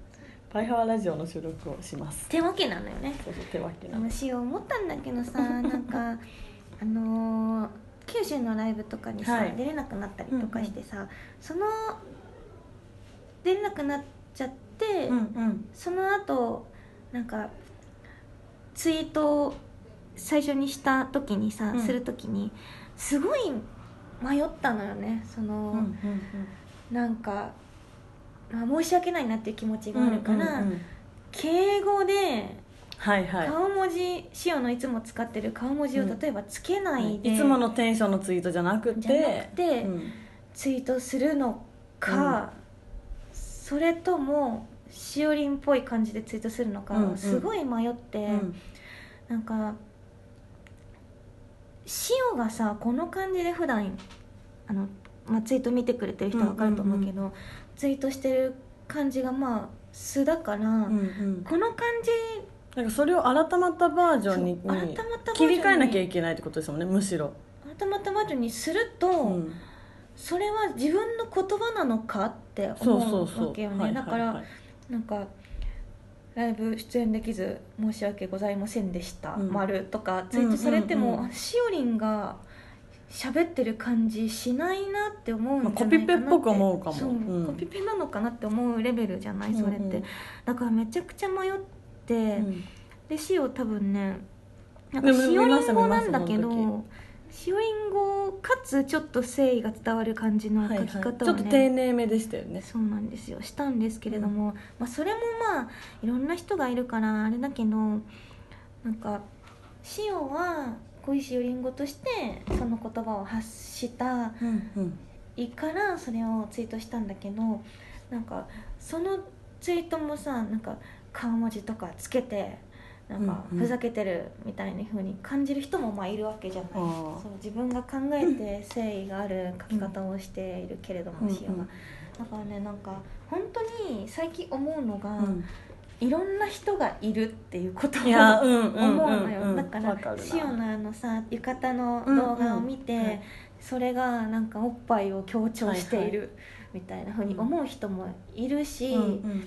Speaker 2: パイハワラジオの収録をします
Speaker 1: 手分けなのよね
Speaker 2: そうそう手分けな
Speaker 1: 虫を思ったんだけどさ
Speaker 2: (laughs)
Speaker 1: なんかあのー九州のライブとかにさ、
Speaker 2: はい
Speaker 1: 出れなくなったりとかしてさ、その出れなくなっちゃって、
Speaker 2: うんうん
Speaker 1: その後なんかツイートを最初にした時にさ、
Speaker 2: うん
Speaker 1: する時にすごい迷ったのよねその、
Speaker 2: うんうん
Speaker 1: なんか、まあ、申し訳ないなっていう気持ち
Speaker 2: うん
Speaker 1: があるから、
Speaker 2: うんうんうん
Speaker 1: 敬語で
Speaker 2: はいは
Speaker 1: 顔文字しおのいつも使ってる顔文字を
Speaker 2: うん
Speaker 1: 例えばつけない
Speaker 2: い
Speaker 1: で、
Speaker 2: いつものテンションのツイートじゃなくて
Speaker 1: じゃなくて
Speaker 2: うん
Speaker 1: ツイートするのか、それともしおりんっぽい感じでツイートするのか、
Speaker 2: うんうん
Speaker 1: すごい迷って、
Speaker 2: うん
Speaker 1: なんかしおがさこの感じで普段あの、まあ、ツイート見てくれてる人は分かると思うけど、ツイートしてる感じがまあ素だから、
Speaker 2: うんうん
Speaker 1: この感じ
Speaker 2: なんかそれを改まったバージョンに
Speaker 1: そう改まったバージョンに
Speaker 2: 切り替えなきゃいけないってことですもんねむしろ
Speaker 1: 改まったバージョンにすると、
Speaker 2: うん
Speaker 1: それは自分の言葉なのかって
Speaker 2: そうそ
Speaker 1: 思
Speaker 2: うそう
Speaker 1: わけよね
Speaker 2: はい
Speaker 1: だか
Speaker 2: はいは
Speaker 1: ら
Speaker 2: い
Speaker 1: なんかライブ出演できず申し訳ございませんでした、
Speaker 2: うん
Speaker 1: 丸とかツイートされても、
Speaker 2: うんうんうん
Speaker 1: あしおりんが喋ってる感じしないなって思うんじゃないかなて
Speaker 2: まあコピペっぽく思うかも
Speaker 1: そう
Speaker 2: うん
Speaker 1: コピペなのかなって思うレベルじゃないそれって、
Speaker 2: うんうん
Speaker 1: だからめちゃくちゃ迷って、
Speaker 2: うん
Speaker 1: でしお多分ねなん
Speaker 2: で
Speaker 1: か
Speaker 2: も
Speaker 1: しおりんごなんだ
Speaker 2: 見ました
Speaker 1: け
Speaker 2: 見ましたその
Speaker 1: どしおりんごかつちょっと誠意が伝わる感じの
Speaker 2: はいは
Speaker 1: 書
Speaker 2: い
Speaker 1: き
Speaker 2: ちょっ
Speaker 1: 方
Speaker 2: と
Speaker 1: を
Speaker 2: 丁
Speaker 1: ね
Speaker 2: 寧めでしたよね
Speaker 1: そうなんですよしたんですけれども、まあ、それもまあいろんな人がいるからあれだけどなんかしおは恋しおりんごとしてその言葉を発した
Speaker 2: うんうん
Speaker 1: いからそれをツイートしたんだけどなんかそのツイートもさなんか顔文字とかつけてなんか
Speaker 2: うんうん
Speaker 1: ふざけてるみたいな風に感じる人もまあいるわけじゃない、
Speaker 2: あー
Speaker 1: そう自分が考えて誠意がある書き方をしているけれども、
Speaker 2: うん
Speaker 1: しようがだからねなんか本当に最近思うのが、
Speaker 2: うん
Speaker 1: いろんな人がいるっていうことを
Speaker 2: いやうんうん
Speaker 1: 思うの
Speaker 2: うんう
Speaker 1: よ
Speaker 2: ん
Speaker 1: だか
Speaker 2: わからるな
Speaker 1: シオのあのさ浴衣の動画を見て、
Speaker 2: うんうんはい
Speaker 1: それがなんかおっぱいを強調しているみたいな風に思う人もいるし、
Speaker 2: うんうん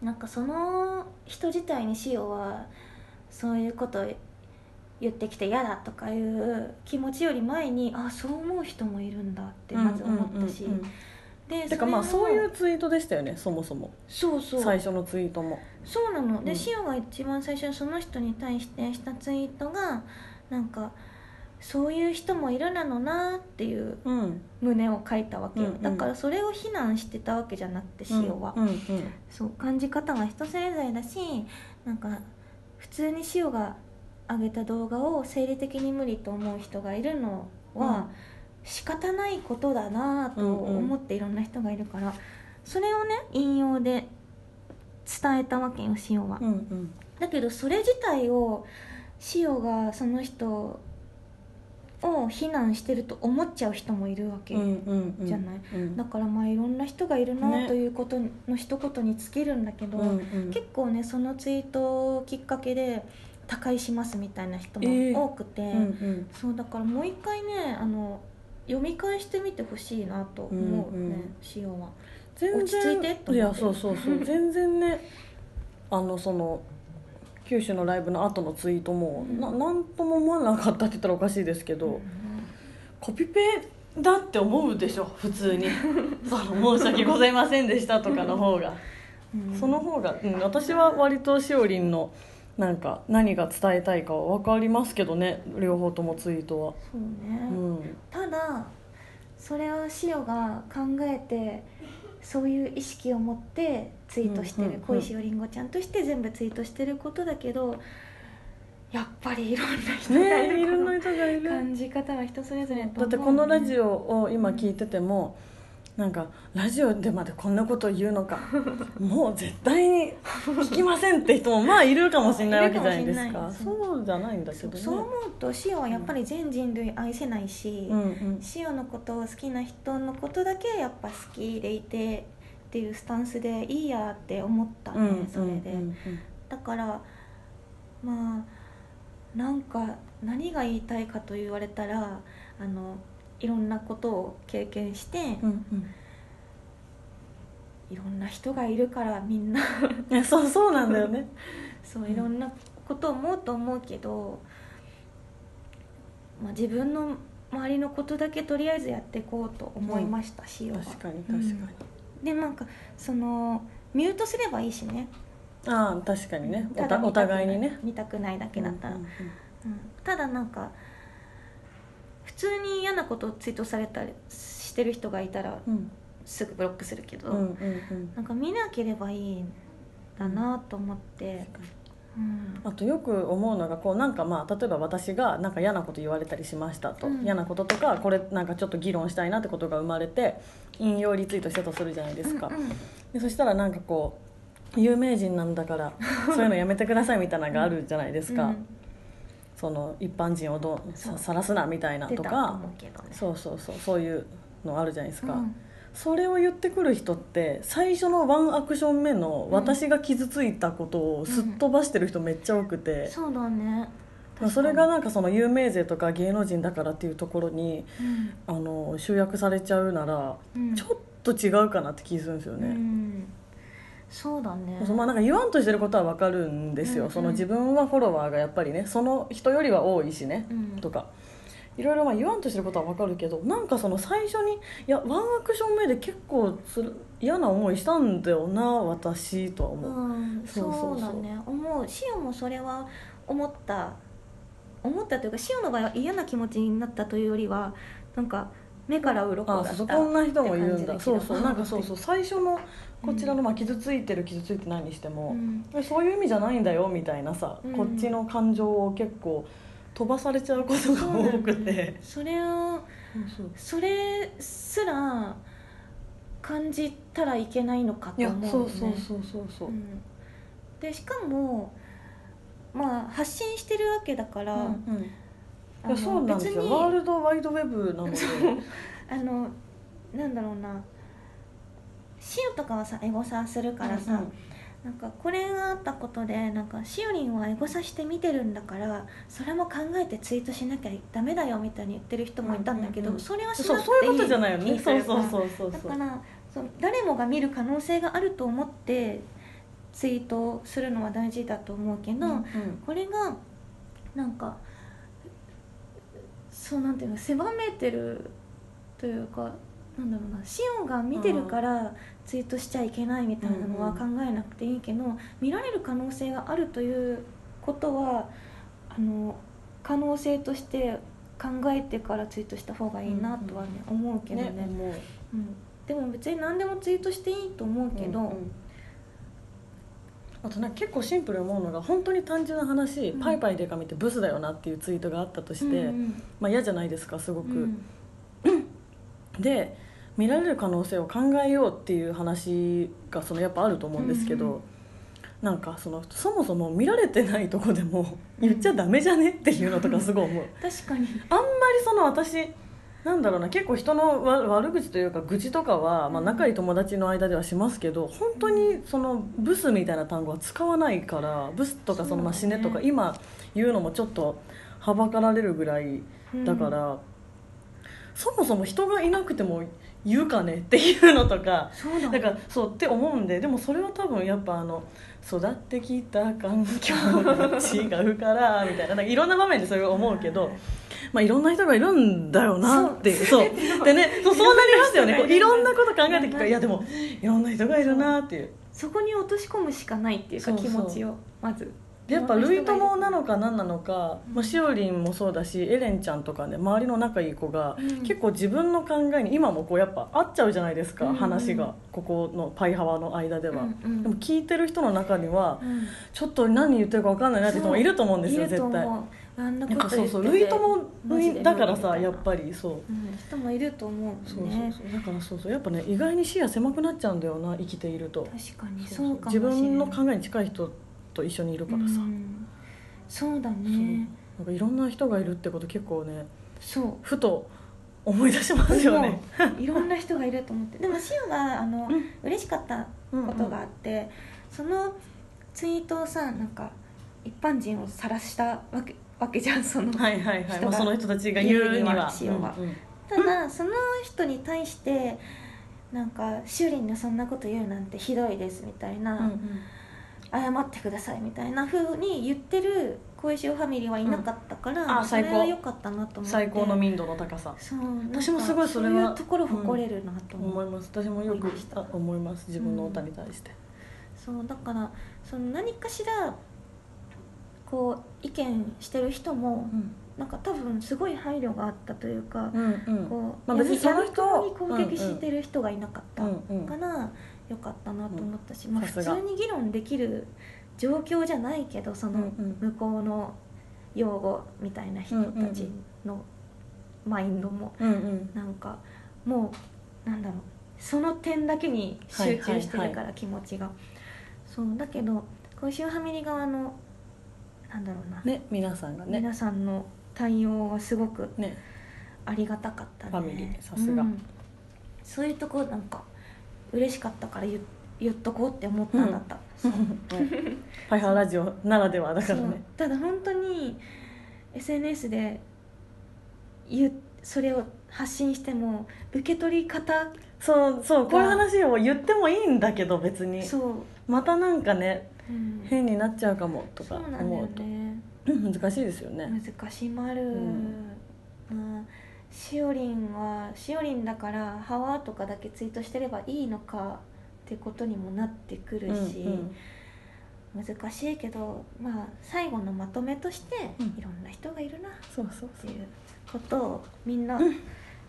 Speaker 1: なんかその人自体にシオはそういうこと言ってきて嫌だとかいう気持ちより前にあそう思う人もいるんだってまず思ったし、
Speaker 2: うんうんうん
Speaker 1: で
Speaker 2: てか
Speaker 1: れ
Speaker 2: まあ
Speaker 1: を
Speaker 2: そういうツイートでしたよねそもそも
Speaker 1: そうそう
Speaker 2: 最初のツイートも
Speaker 1: そうなので、
Speaker 2: うん
Speaker 1: シオが一番最初にその人に対してしたツイートがなんかそういう人もいるなのなっていう
Speaker 2: うん
Speaker 1: 胸を書いたわけよ、
Speaker 2: うんうん
Speaker 1: だからそれを非難してたわけじゃなくてシオは、
Speaker 2: うんうん
Speaker 1: そう感じ方が人それぞれだしなんか普通にシオが上げた動画を生理的に無理と思う人がいるの
Speaker 2: うん
Speaker 1: は仕方ないことだなと思っていろんな人がいるから、それをね引用で伝えたわけよシオは
Speaker 2: う。んうん
Speaker 1: だけどそれ自体をシオがその人を非難してると思っちゃう人もいるわけ、
Speaker 2: うんうんうん
Speaker 1: じゃない
Speaker 2: うん
Speaker 1: だからまあいろんな人がいるな
Speaker 2: ね
Speaker 1: ということの一言に尽きるんだけど、
Speaker 2: うんうん
Speaker 1: 結構ねそのツイートをきっかけで他界しますみたいな人
Speaker 2: えー
Speaker 1: も多くて、
Speaker 2: うんうん
Speaker 1: そうだからもう一回ねあの読み返してみてほしいなと思う
Speaker 2: うんう
Speaker 1: ね、
Speaker 2: ん
Speaker 1: シオは。
Speaker 2: 全然
Speaker 1: 落ち着いてと思って
Speaker 2: やそうそうそう
Speaker 1: (laughs)
Speaker 2: 全然ねあのその九州のライブの後のツイートもななんとも思わなかったって言ったらおかしいですけどコピペだって思うでしょ普
Speaker 1: (laughs)
Speaker 2: 通にその申し訳ございませんでしたとかの方が
Speaker 1: うん
Speaker 2: その方が、うん、私は割としおりんのなんか何が伝えたいかは分かりますけどね両方ともツイートは、
Speaker 1: そうね、
Speaker 2: うん、
Speaker 1: ただそれをシオが考えてそういう意識を持ってツイートしてる、
Speaker 2: うんうんうん
Speaker 1: 小石よりんごちゃんとして全部ツイートしてることだけどやっぱりいろんな人がい
Speaker 2: ね
Speaker 1: る
Speaker 2: いろん
Speaker 1: こ
Speaker 2: な
Speaker 1: の
Speaker 2: 人がいる
Speaker 1: 感じ方は人それぞれと思う
Speaker 2: だってこのラジオを今聞いててもなんかラジオでまでこんなこと言うの (laughs) かもう絶対に聞きませんって人もまあいるかもしれないわけじゃないです
Speaker 1: いるか
Speaker 2: か
Speaker 1: もしんない
Speaker 2: そうじゃないんだけどね
Speaker 1: そう思うとシオはやっぱり全人類愛せないし、
Speaker 2: うんうん
Speaker 1: シオのことを好きな人のことだけやっぱ好きでいてっていうスタンスでいいやって思ったね、それで。
Speaker 2: うん
Speaker 1: だからまあなんか何が言いたいかと言われたらあのいろんなことを経験して、
Speaker 2: うんうんうん
Speaker 1: いろんな人がいるからみんな (laughs)
Speaker 2: いやそうそうなんだよね
Speaker 1: そういろんなことを思うと思うけど、まあ、自分の周りのことだけとりあえずやっていこうと思いましたし、要は
Speaker 2: 確かに確かに、
Speaker 1: でなんかそのミュートすればいいしね
Speaker 2: ああ確かにねお
Speaker 1: ただ
Speaker 2: たお
Speaker 1: 見たくな
Speaker 2: 互いにね
Speaker 1: 見たくないだけだったら、
Speaker 2: うんうんうん
Speaker 1: うんただなんか普通に嫌なことをツイートされたりしてる人がいたら
Speaker 2: うん
Speaker 1: すぐブロックするけど、
Speaker 2: うんうん
Speaker 1: なんか見なければいいんだなと思って、うん
Speaker 2: あとよく思うのがこうなんかまあ例えば私がなんか嫌なこと言われたりしましたと、
Speaker 1: うん
Speaker 2: 嫌なこととかこれなんかちょっと議論したいなってことが生まれて引用リツイートしたとするじゃないですか、
Speaker 1: うんうん
Speaker 2: でそしたらなんかこう有名人なんだから
Speaker 1: (laughs)
Speaker 2: そういうのやめてくださいみたいなのがあるじゃないですか、その一般人をどう
Speaker 1: そう
Speaker 2: ささらすなみたいな
Speaker 1: 出
Speaker 2: と
Speaker 1: たと
Speaker 2: か
Speaker 1: 思うけどね
Speaker 2: そうそうそうそういうのあるじゃないですか、
Speaker 1: うん
Speaker 2: それを言ってくる人って最初のワンアクション目の
Speaker 1: うん
Speaker 2: 私が傷ついたことをすっ飛ばしてる人めっちゃ多くて、
Speaker 1: そうだね
Speaker 2: まあそれがなんかその有名勢とか芸能人だからっていうところにあの集約されちゃうなら
Speaker 1: うん
Speaker 2: ちょっと違うかなって気するんですよ
Speaker 1: う
Speaker 2: ね、
Speaker 1: んそうだね
Speaker 2: そのまあなんか言わんとしてることはわかるんですよ、
Speaker 1: うん
Speaker 2: その自分はフォロワーがやっぱりねその人よりは多いしね、
Speaker 1: うん
Speaker 2: とかいろいろまあ言わんとしてることはわかるけどなんかその最初にいやワンアクション目で結構する嫌な思いしたんだよな私とは思う、
Speaker 1: うん、
Speaker 2: そうそうそ
Speaker 1: そううだね思うシオもそれは思った思ったというかシオの場合は嫌な気持ちになったというよりはなんか目から鱗だ
Speaker 2: あ
Speaker 1: った
Speaker 2: そこんな人もいるんだ
Speaker 1: って感じけ
Speaker 2: そ
Speaker 1: ど
Speaker 2: うそうなんかそうそう最初のこちら
Speaker 1: う
Speaker 2: の、まあ、傷ついてる傷ついてないにして
Speaker 1: う
Speaker 2: も、
Speaker 1: ん
Speaker 2: そういう意味じゃないんだよみたいなさ、
Speaker 1: うん
Speaker 2: こっちの感情を結構飛ばされちゃうことが多く
Speaker 1: (laughs)
Speaker 2: て
Speaker 1: それをそれすら感じたらいけないのか
Speaker 2: い
Speaker 1: と
Speaker 2: や
Speaker 1: 思う
Speaker 2: そ
Speaker 1: よ
Speaker 2: う
Speaker 1: ね
Speaker 2: そうそうそうそう
Speaker 1: うんでしかもまあ発信してるわけだから、
Speaker 2: うんうん、い
Speaker 1: あの
Speaker 2: やそうなんです
Speaker 1: 別
Speaker 2: よ
Speaker 1: に
Speaker 2: ワールドワイドウェブなので
Speaker 1: あのなんだろうなしおとかはさエゴサするからさ、
Speaker 2: うんうん
Speaker 1: なんかこれがあったことでなんかしおりんはエゴサして見てるんだからそれも考えてツイートしなきゃダメだよみたいに言ってる人もいたんだけど、
Speaker 2: うんうんうん
Speaker 1: それはし
Speaker 2: そ
Speaker 1: な
Speaker 2: う
Speaker 1: く
Speaker 2: そう
Speaker 1: て
Speaker 2: い
Speaker 1: いう
Speaker 2: ことじゃないよ
Speaker 1: い
Speaker 2: ね
Speaker 1: いと
Speaker 2: そ
Speaker 1: いうか
Speaker 2: そうそうそう
Speaker 1: だ
Speaker 2: そ
Speaker 1: か
Speaker 2: う
Speaker 1: らその誰もが見る可能性があると思ってツイートするのは大事だと思うけど、
Speaker 2: うんうん
Speaker 1: これがなんかそうなんていうの狭めてるというかなんだろうなシオンが見てるからツイートしちゃいけないみたいなのは
Speaker 2: うん
Speaker 1: 考えなくていいけど、見られる可能性があるということはあの可能性として考えてからツイートした方がいいなとはね、思うけどね
Speaker 2: ねもう
Speaker 1: うん、でも別に何でもツイートしていいと思うけど、
Speaker 2: うんうんあとなんか結構シンプルに思うのが本当に単純な話、
Speaker 1: うん
Speaker 2: パイパイデカミってブスだよなっていうツイートがあったとして、
Speaker 1: うん
Speaker 2: まあ嫌じゃないですかすご
Speaker 1: う
Speaker 2: く、
Speaker 1: んうん
Speaker 2: で見られる可能性を考えようっていう話がそのやっぱあると思うんですけど、
Speaker 1: うんうん
Speaker 2: なんかそのそもそも見られてないとこでも言っちゃダメじゃねっていうのとかすごい思う
Speaker 1: 確かに、
Speaker 2: あんまりその私なんだろうな結構人のわ悪口というか愚痴とかは、まあ、仲いい友達の間ではしますけど本当にそのブスみたいな単語は使わないからブスとかそのまあ
Speaker 1: そ
Speaker 2: 死
Speaker 1: うだ
Speaker 2: ね
Speaker 1: ね
Speaker 2: とか今言うのもちょっとはばかられるぐらい
Speaker 1: うん
Speaker 2: だから、そもそも人がいなくても言うかねっていうのとか
Speaker 1: そうだ
Speaker 2: だからそうって思うんででもそれは多分やっぱあの育ってきた環境が違うからみたいななんかいろんな場面でそれを思うけど。まあ、いろんな人がいるんだよなっていうそうでねそうそうなりますよねこういろんなこと考えて聞くからいやでもいろんな人がいるなっていう
Speaker 1: そこに落とし込むしかないっていうか
Speaker 2: そうそう
Speaker 1: 気持ちをまず
Speaker 2: やっぱ類友なのか何なのか、まあ、しおりんもそうだしエレンちゃんとかね周りの仲いい子が、
Speaker 1: うん
Speaker 2: 結構自分の考えに今もこうやっぱ合っちゃうじゃないですか、
Speaker 1: うんうん
Speaker 2: 話がここのパイハワの間では、
Speaker 1: うんうん
Speaker 2: でも聞いてる人の中には、
Speaker 1: うん
Speaker 2: ちょっと何言ってるか分かんないなって人もいると思うんですよ
Speaker 1: いると
Speaker 2: 絶対
Speaker 1: 思うあんな
Speaker 2: なん
Speaker 1: こ
Speaker 2: か
Speaker 1: と
Speaker 2: そ
Speaker 1: 言っ
Speaker 2: う
Speaker 1: て
Speaker 2: そう
Speaker 1: て
Speaker 2: 類友
Speaker 1: マジで
Speaker 2: だからさ
Speaker 1: 無理
Speaker 2: や
Speaker 1: み
Speaker 2: った
Speaker 1: いな
Speaker 2: ぱりそう。
Speaker 1: うん人もいると思う
Speaker 2: そう
Speaker 1: もんね
Speaker 2: そうそうだからそうそうやっぱね意外に視野狭くなっちゃうんだよな生きていると
Speaker 1: 確かにそうかもし
Speaker 2: 自
Speaker 1: れない
Speaker 2: 分の考えに近い人と一緒にいるからさ、
Speaker 1: うんそうだ
Speaker 2: そう
Speaker 1: ね
Speaker 2: なんかいろんな人がいるってこと結構ね
Speaker 1: そう
Speaker 2: ふと思い出しますよね
Speaker 1: いろんな人がいると思ってでもシオがあの、
Speaker 2: うん
Speaker 1: 嬉しかったことがあって、そのツイートをさなんか一般人を晒したわけわけじゃんその、
Speaker 2: はいはいはい、
Speaker 1: 人
Speaker 2: まあ、
Speaker 1: が
Speaker 2: その人たちが言うに
Speaker 1: 言うには
Speaker 2: は
Speaker 1: しようが
Speaker 2: うんうん
Speaker 1: ただその人に対してなんか「しおりんがそんなこと言うなんてひどいです」みたいな、謝ってくださいみたいな風に言ってる小石尾ファミリーはいなかったから、
Speaker 2: んあ
Speaker 1: それ
Speaker 2: 最
Speaker 1: は
Speaker 2: 高
Speaker 1: 良かったなと思って
Speaker 2: 最高の民度の高さ
Speaker 1: そう
Speaker 2: 私もすごいそれは
Speaker 1: なんかそういうところ誇れるなと思う、
Speaker 2: 思います私もよ
Speaker 1: 思
Speaker 2: く
Speaker 1: いました
Speaker 2: あ思います自分の歌に対して、
Speaker 1: そうだからその何かしらこう意見してる人も、
Speaker 2: うん
Speaker 1: なんか多分すごい配慮があったというか、
Speaker 2: うんうん
Speaker 1: こう、
Speaker 2: まあ別に
Speaker 1: やみ
Speaker 2: その人を
Speaker 1: やみくもに攻撃してる人がいなかった
Speaker 2: う
Speaker 1: か
Speaker 2: ん
Speaker 1: ら、
Speaker 2: うん
Speaker 1: よかったなと思ったし、
Speaker 2: ん
Speaker 1: まあ、
Speaker 2: さ
Speaker 1: 普
Speaker 2: すが
Speaker 1: 通に議論できる状況じゃないけどその
Speaker 2: うんう
Speaker 1: 向こうの用語みたいな人たちのマインドも
Speaker 2: うんうん
Speaker 1: なんかもうなんだろうその点だけに集中して
Speaker 2: は
Speaker 1: る
Speaker 2: いはい
Speaker 1: か
Speaker 2: は
Speaker 1: ら気持ちが、そうだけど今週ファミリー側のなんだろうな、
Speaker 2: ね皆さんがね
Speaker 1: 皆さんの対応はすごく
Speaker 2: ね (laughs)
Speaker 1: ありがたかったね
Speaker 2: ファミリーさすが
Speaker 1: うんそういうとこなんか嬉しかったから言言っとこうって思ったんだった、そう
Speaker 2: ファイハーラジオならではだから
Speaker 1: そう
Speaker 2: ね
Speaker 1: ただ本当に SNS で言うそれを発信しても受け取り方
Speaker 2: そうそうこういう話を言ってもいいんだけど別に
Speaker 1: そう、
Speaker 2: またなんかね
Speaker 1: うん
Speaker 2: 変になっちゃうかもとか
Speaker 1: そうなんだ
Speaker 2: 思
Speaker 1: よ
Speaker 2: うと
Speaker 1: ね
Speaker 2: うん難しいですよね
Speaker 1: 難しいまる、
Speaker 2: ん
Speaker 1: まあしおりんはしおりんだから「ハワー」とかだけツイートしてればいいのかってことにもなってくるし、
Speaker 2: うん
Speaker 1: 難しいけどまあ最後のまとめとして、
Speaker 2: うん
Speaker 1: いろんな人がいるなっ
Speaker 2: そうそう
Speaker 1: ていうことをみんな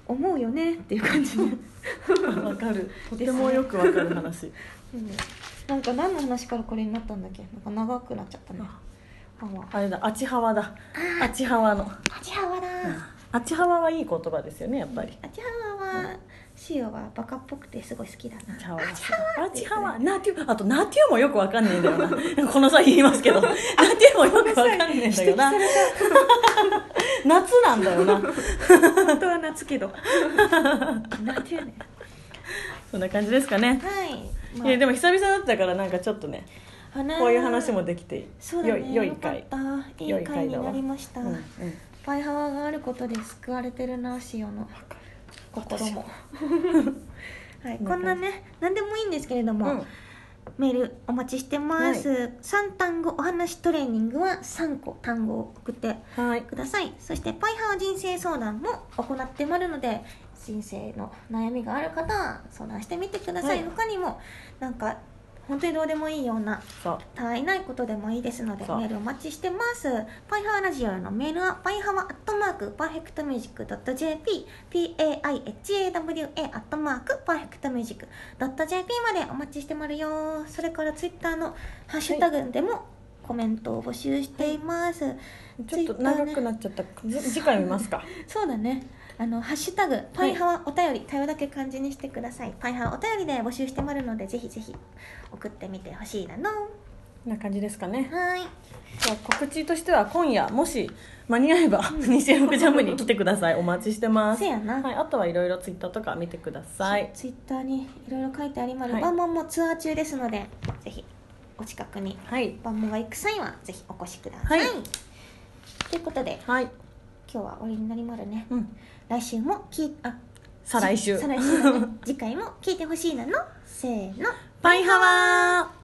Speaker 1: 思うよねっていう感じで、
Speaker 2: そうわかるとてもよくわかる話
Speaker 1: うんなんか何の話からこれになったんだっけなんか長くなっちゃったね
Speaker 2: あ
Speaker 1: ハワー
Speaker 2: あれだアチハワだアチハワの
Speaker 1: アチハワだ
Speaker 2: アチハワはいい言葉ですよねやっぱり
Speaker 1: アチハワはシオはバカっぽくてすごい好きだな
Speaker 2: チャワあチハワナテューあとナテューもよくわかんねえんだよなこの際言いま
Speaker 1: (laughs)
Speaker 2: すけどナテューもよくわかんねえんだけどな夏なんだよな
Speaker 1: 本当は夏けどなんていうね
Speaker 2: そんな感じですかね、
Speaker 1: はい、
Speaker 2: いやでも久々だったからなんかちょっとね
Speaker 1: あね
Speaker 2: こういう話もできて
Speaker 1: そうだ
Speaker 2: 良
Speaker 1: ね
Speaker 2: い良い回
Speaker 1: よかったい
Speaker 2: 良
Speaker 1: い
Speaker 2: い
Speaker 1: 回
Speaker 2: 回
Speaker 1: に
Speaker 2: だわ
Speaker 1: なりました、
Speaker 2: うんうん
Speaker 1: パイハワがあることで救われてるなシオの心もはい、こんなね何でもいいんですけれども、
Speaker 2: うん
Speaker 1: メールお待ちしてます、3単語お話トレーニングは3個単語を送って
Speaker 2: はい
Speaker 1: くださいそしてパイハー人生相談も行ってまるので人生の悩みがある方は相談してみてください、
Speaker 2: はい
Speaker 1: 他にもなんか本当にどうでもいいような
Speaker 2: そう
Speaker 1: たわいないことでもいいですのでメ
Speaker 2: そう
Speaker 1: ールお待ちしてますパイハワラジオへのメールはパイハワアットマークパーフェクトミュージックドット JPPAIHAWA アットマークパーフェクトミュージックドット JP までお待ちしてまるよそれからツイッターのハッシュタグでもコメントを募集しています、
Speaker 2: ちょっと長くなっちゃった、ず次回見ますか
Speaker 1: そうだね。あのハッシュタグパイハワお便り、対応だけ漢字にしてください。パイハワお便りで募集してまるのでぜひぜひ送ってみてほしいなの。は
Speaker 2: (laughs) こんな感じですかね
Speaker 1: ーい。
Speaker 2: じゃあ告知としては今夜もし間に合えば西福ジャムに来てくださいお待ちしてます
Speaker 1: せやな。
Speaker 2: はい、あとはいろいろツイッターとか見てください
Speaker 1: ツイッターにいろいろ書いてありまる。
Speaker 2: はい
Speaker 1: バンモンもツアー中ですのでぜひお近くに
Speaker 2: はい
Speaker 1: バンモンが行く際はぜひお越しください。
Speaker 2: はい
Speaker 1: ということで
Speaker 2: はい、
Speaker 1: 今日は終わりになりまるね。
Speaker 2: うん、
Speaker 1: 来週もきいあ
Speaker 2: 再来週 (laughs)
Speaker 1: 再来週だね次回も聞いてほしいなの。せーの。
Speaker 2: パイハワー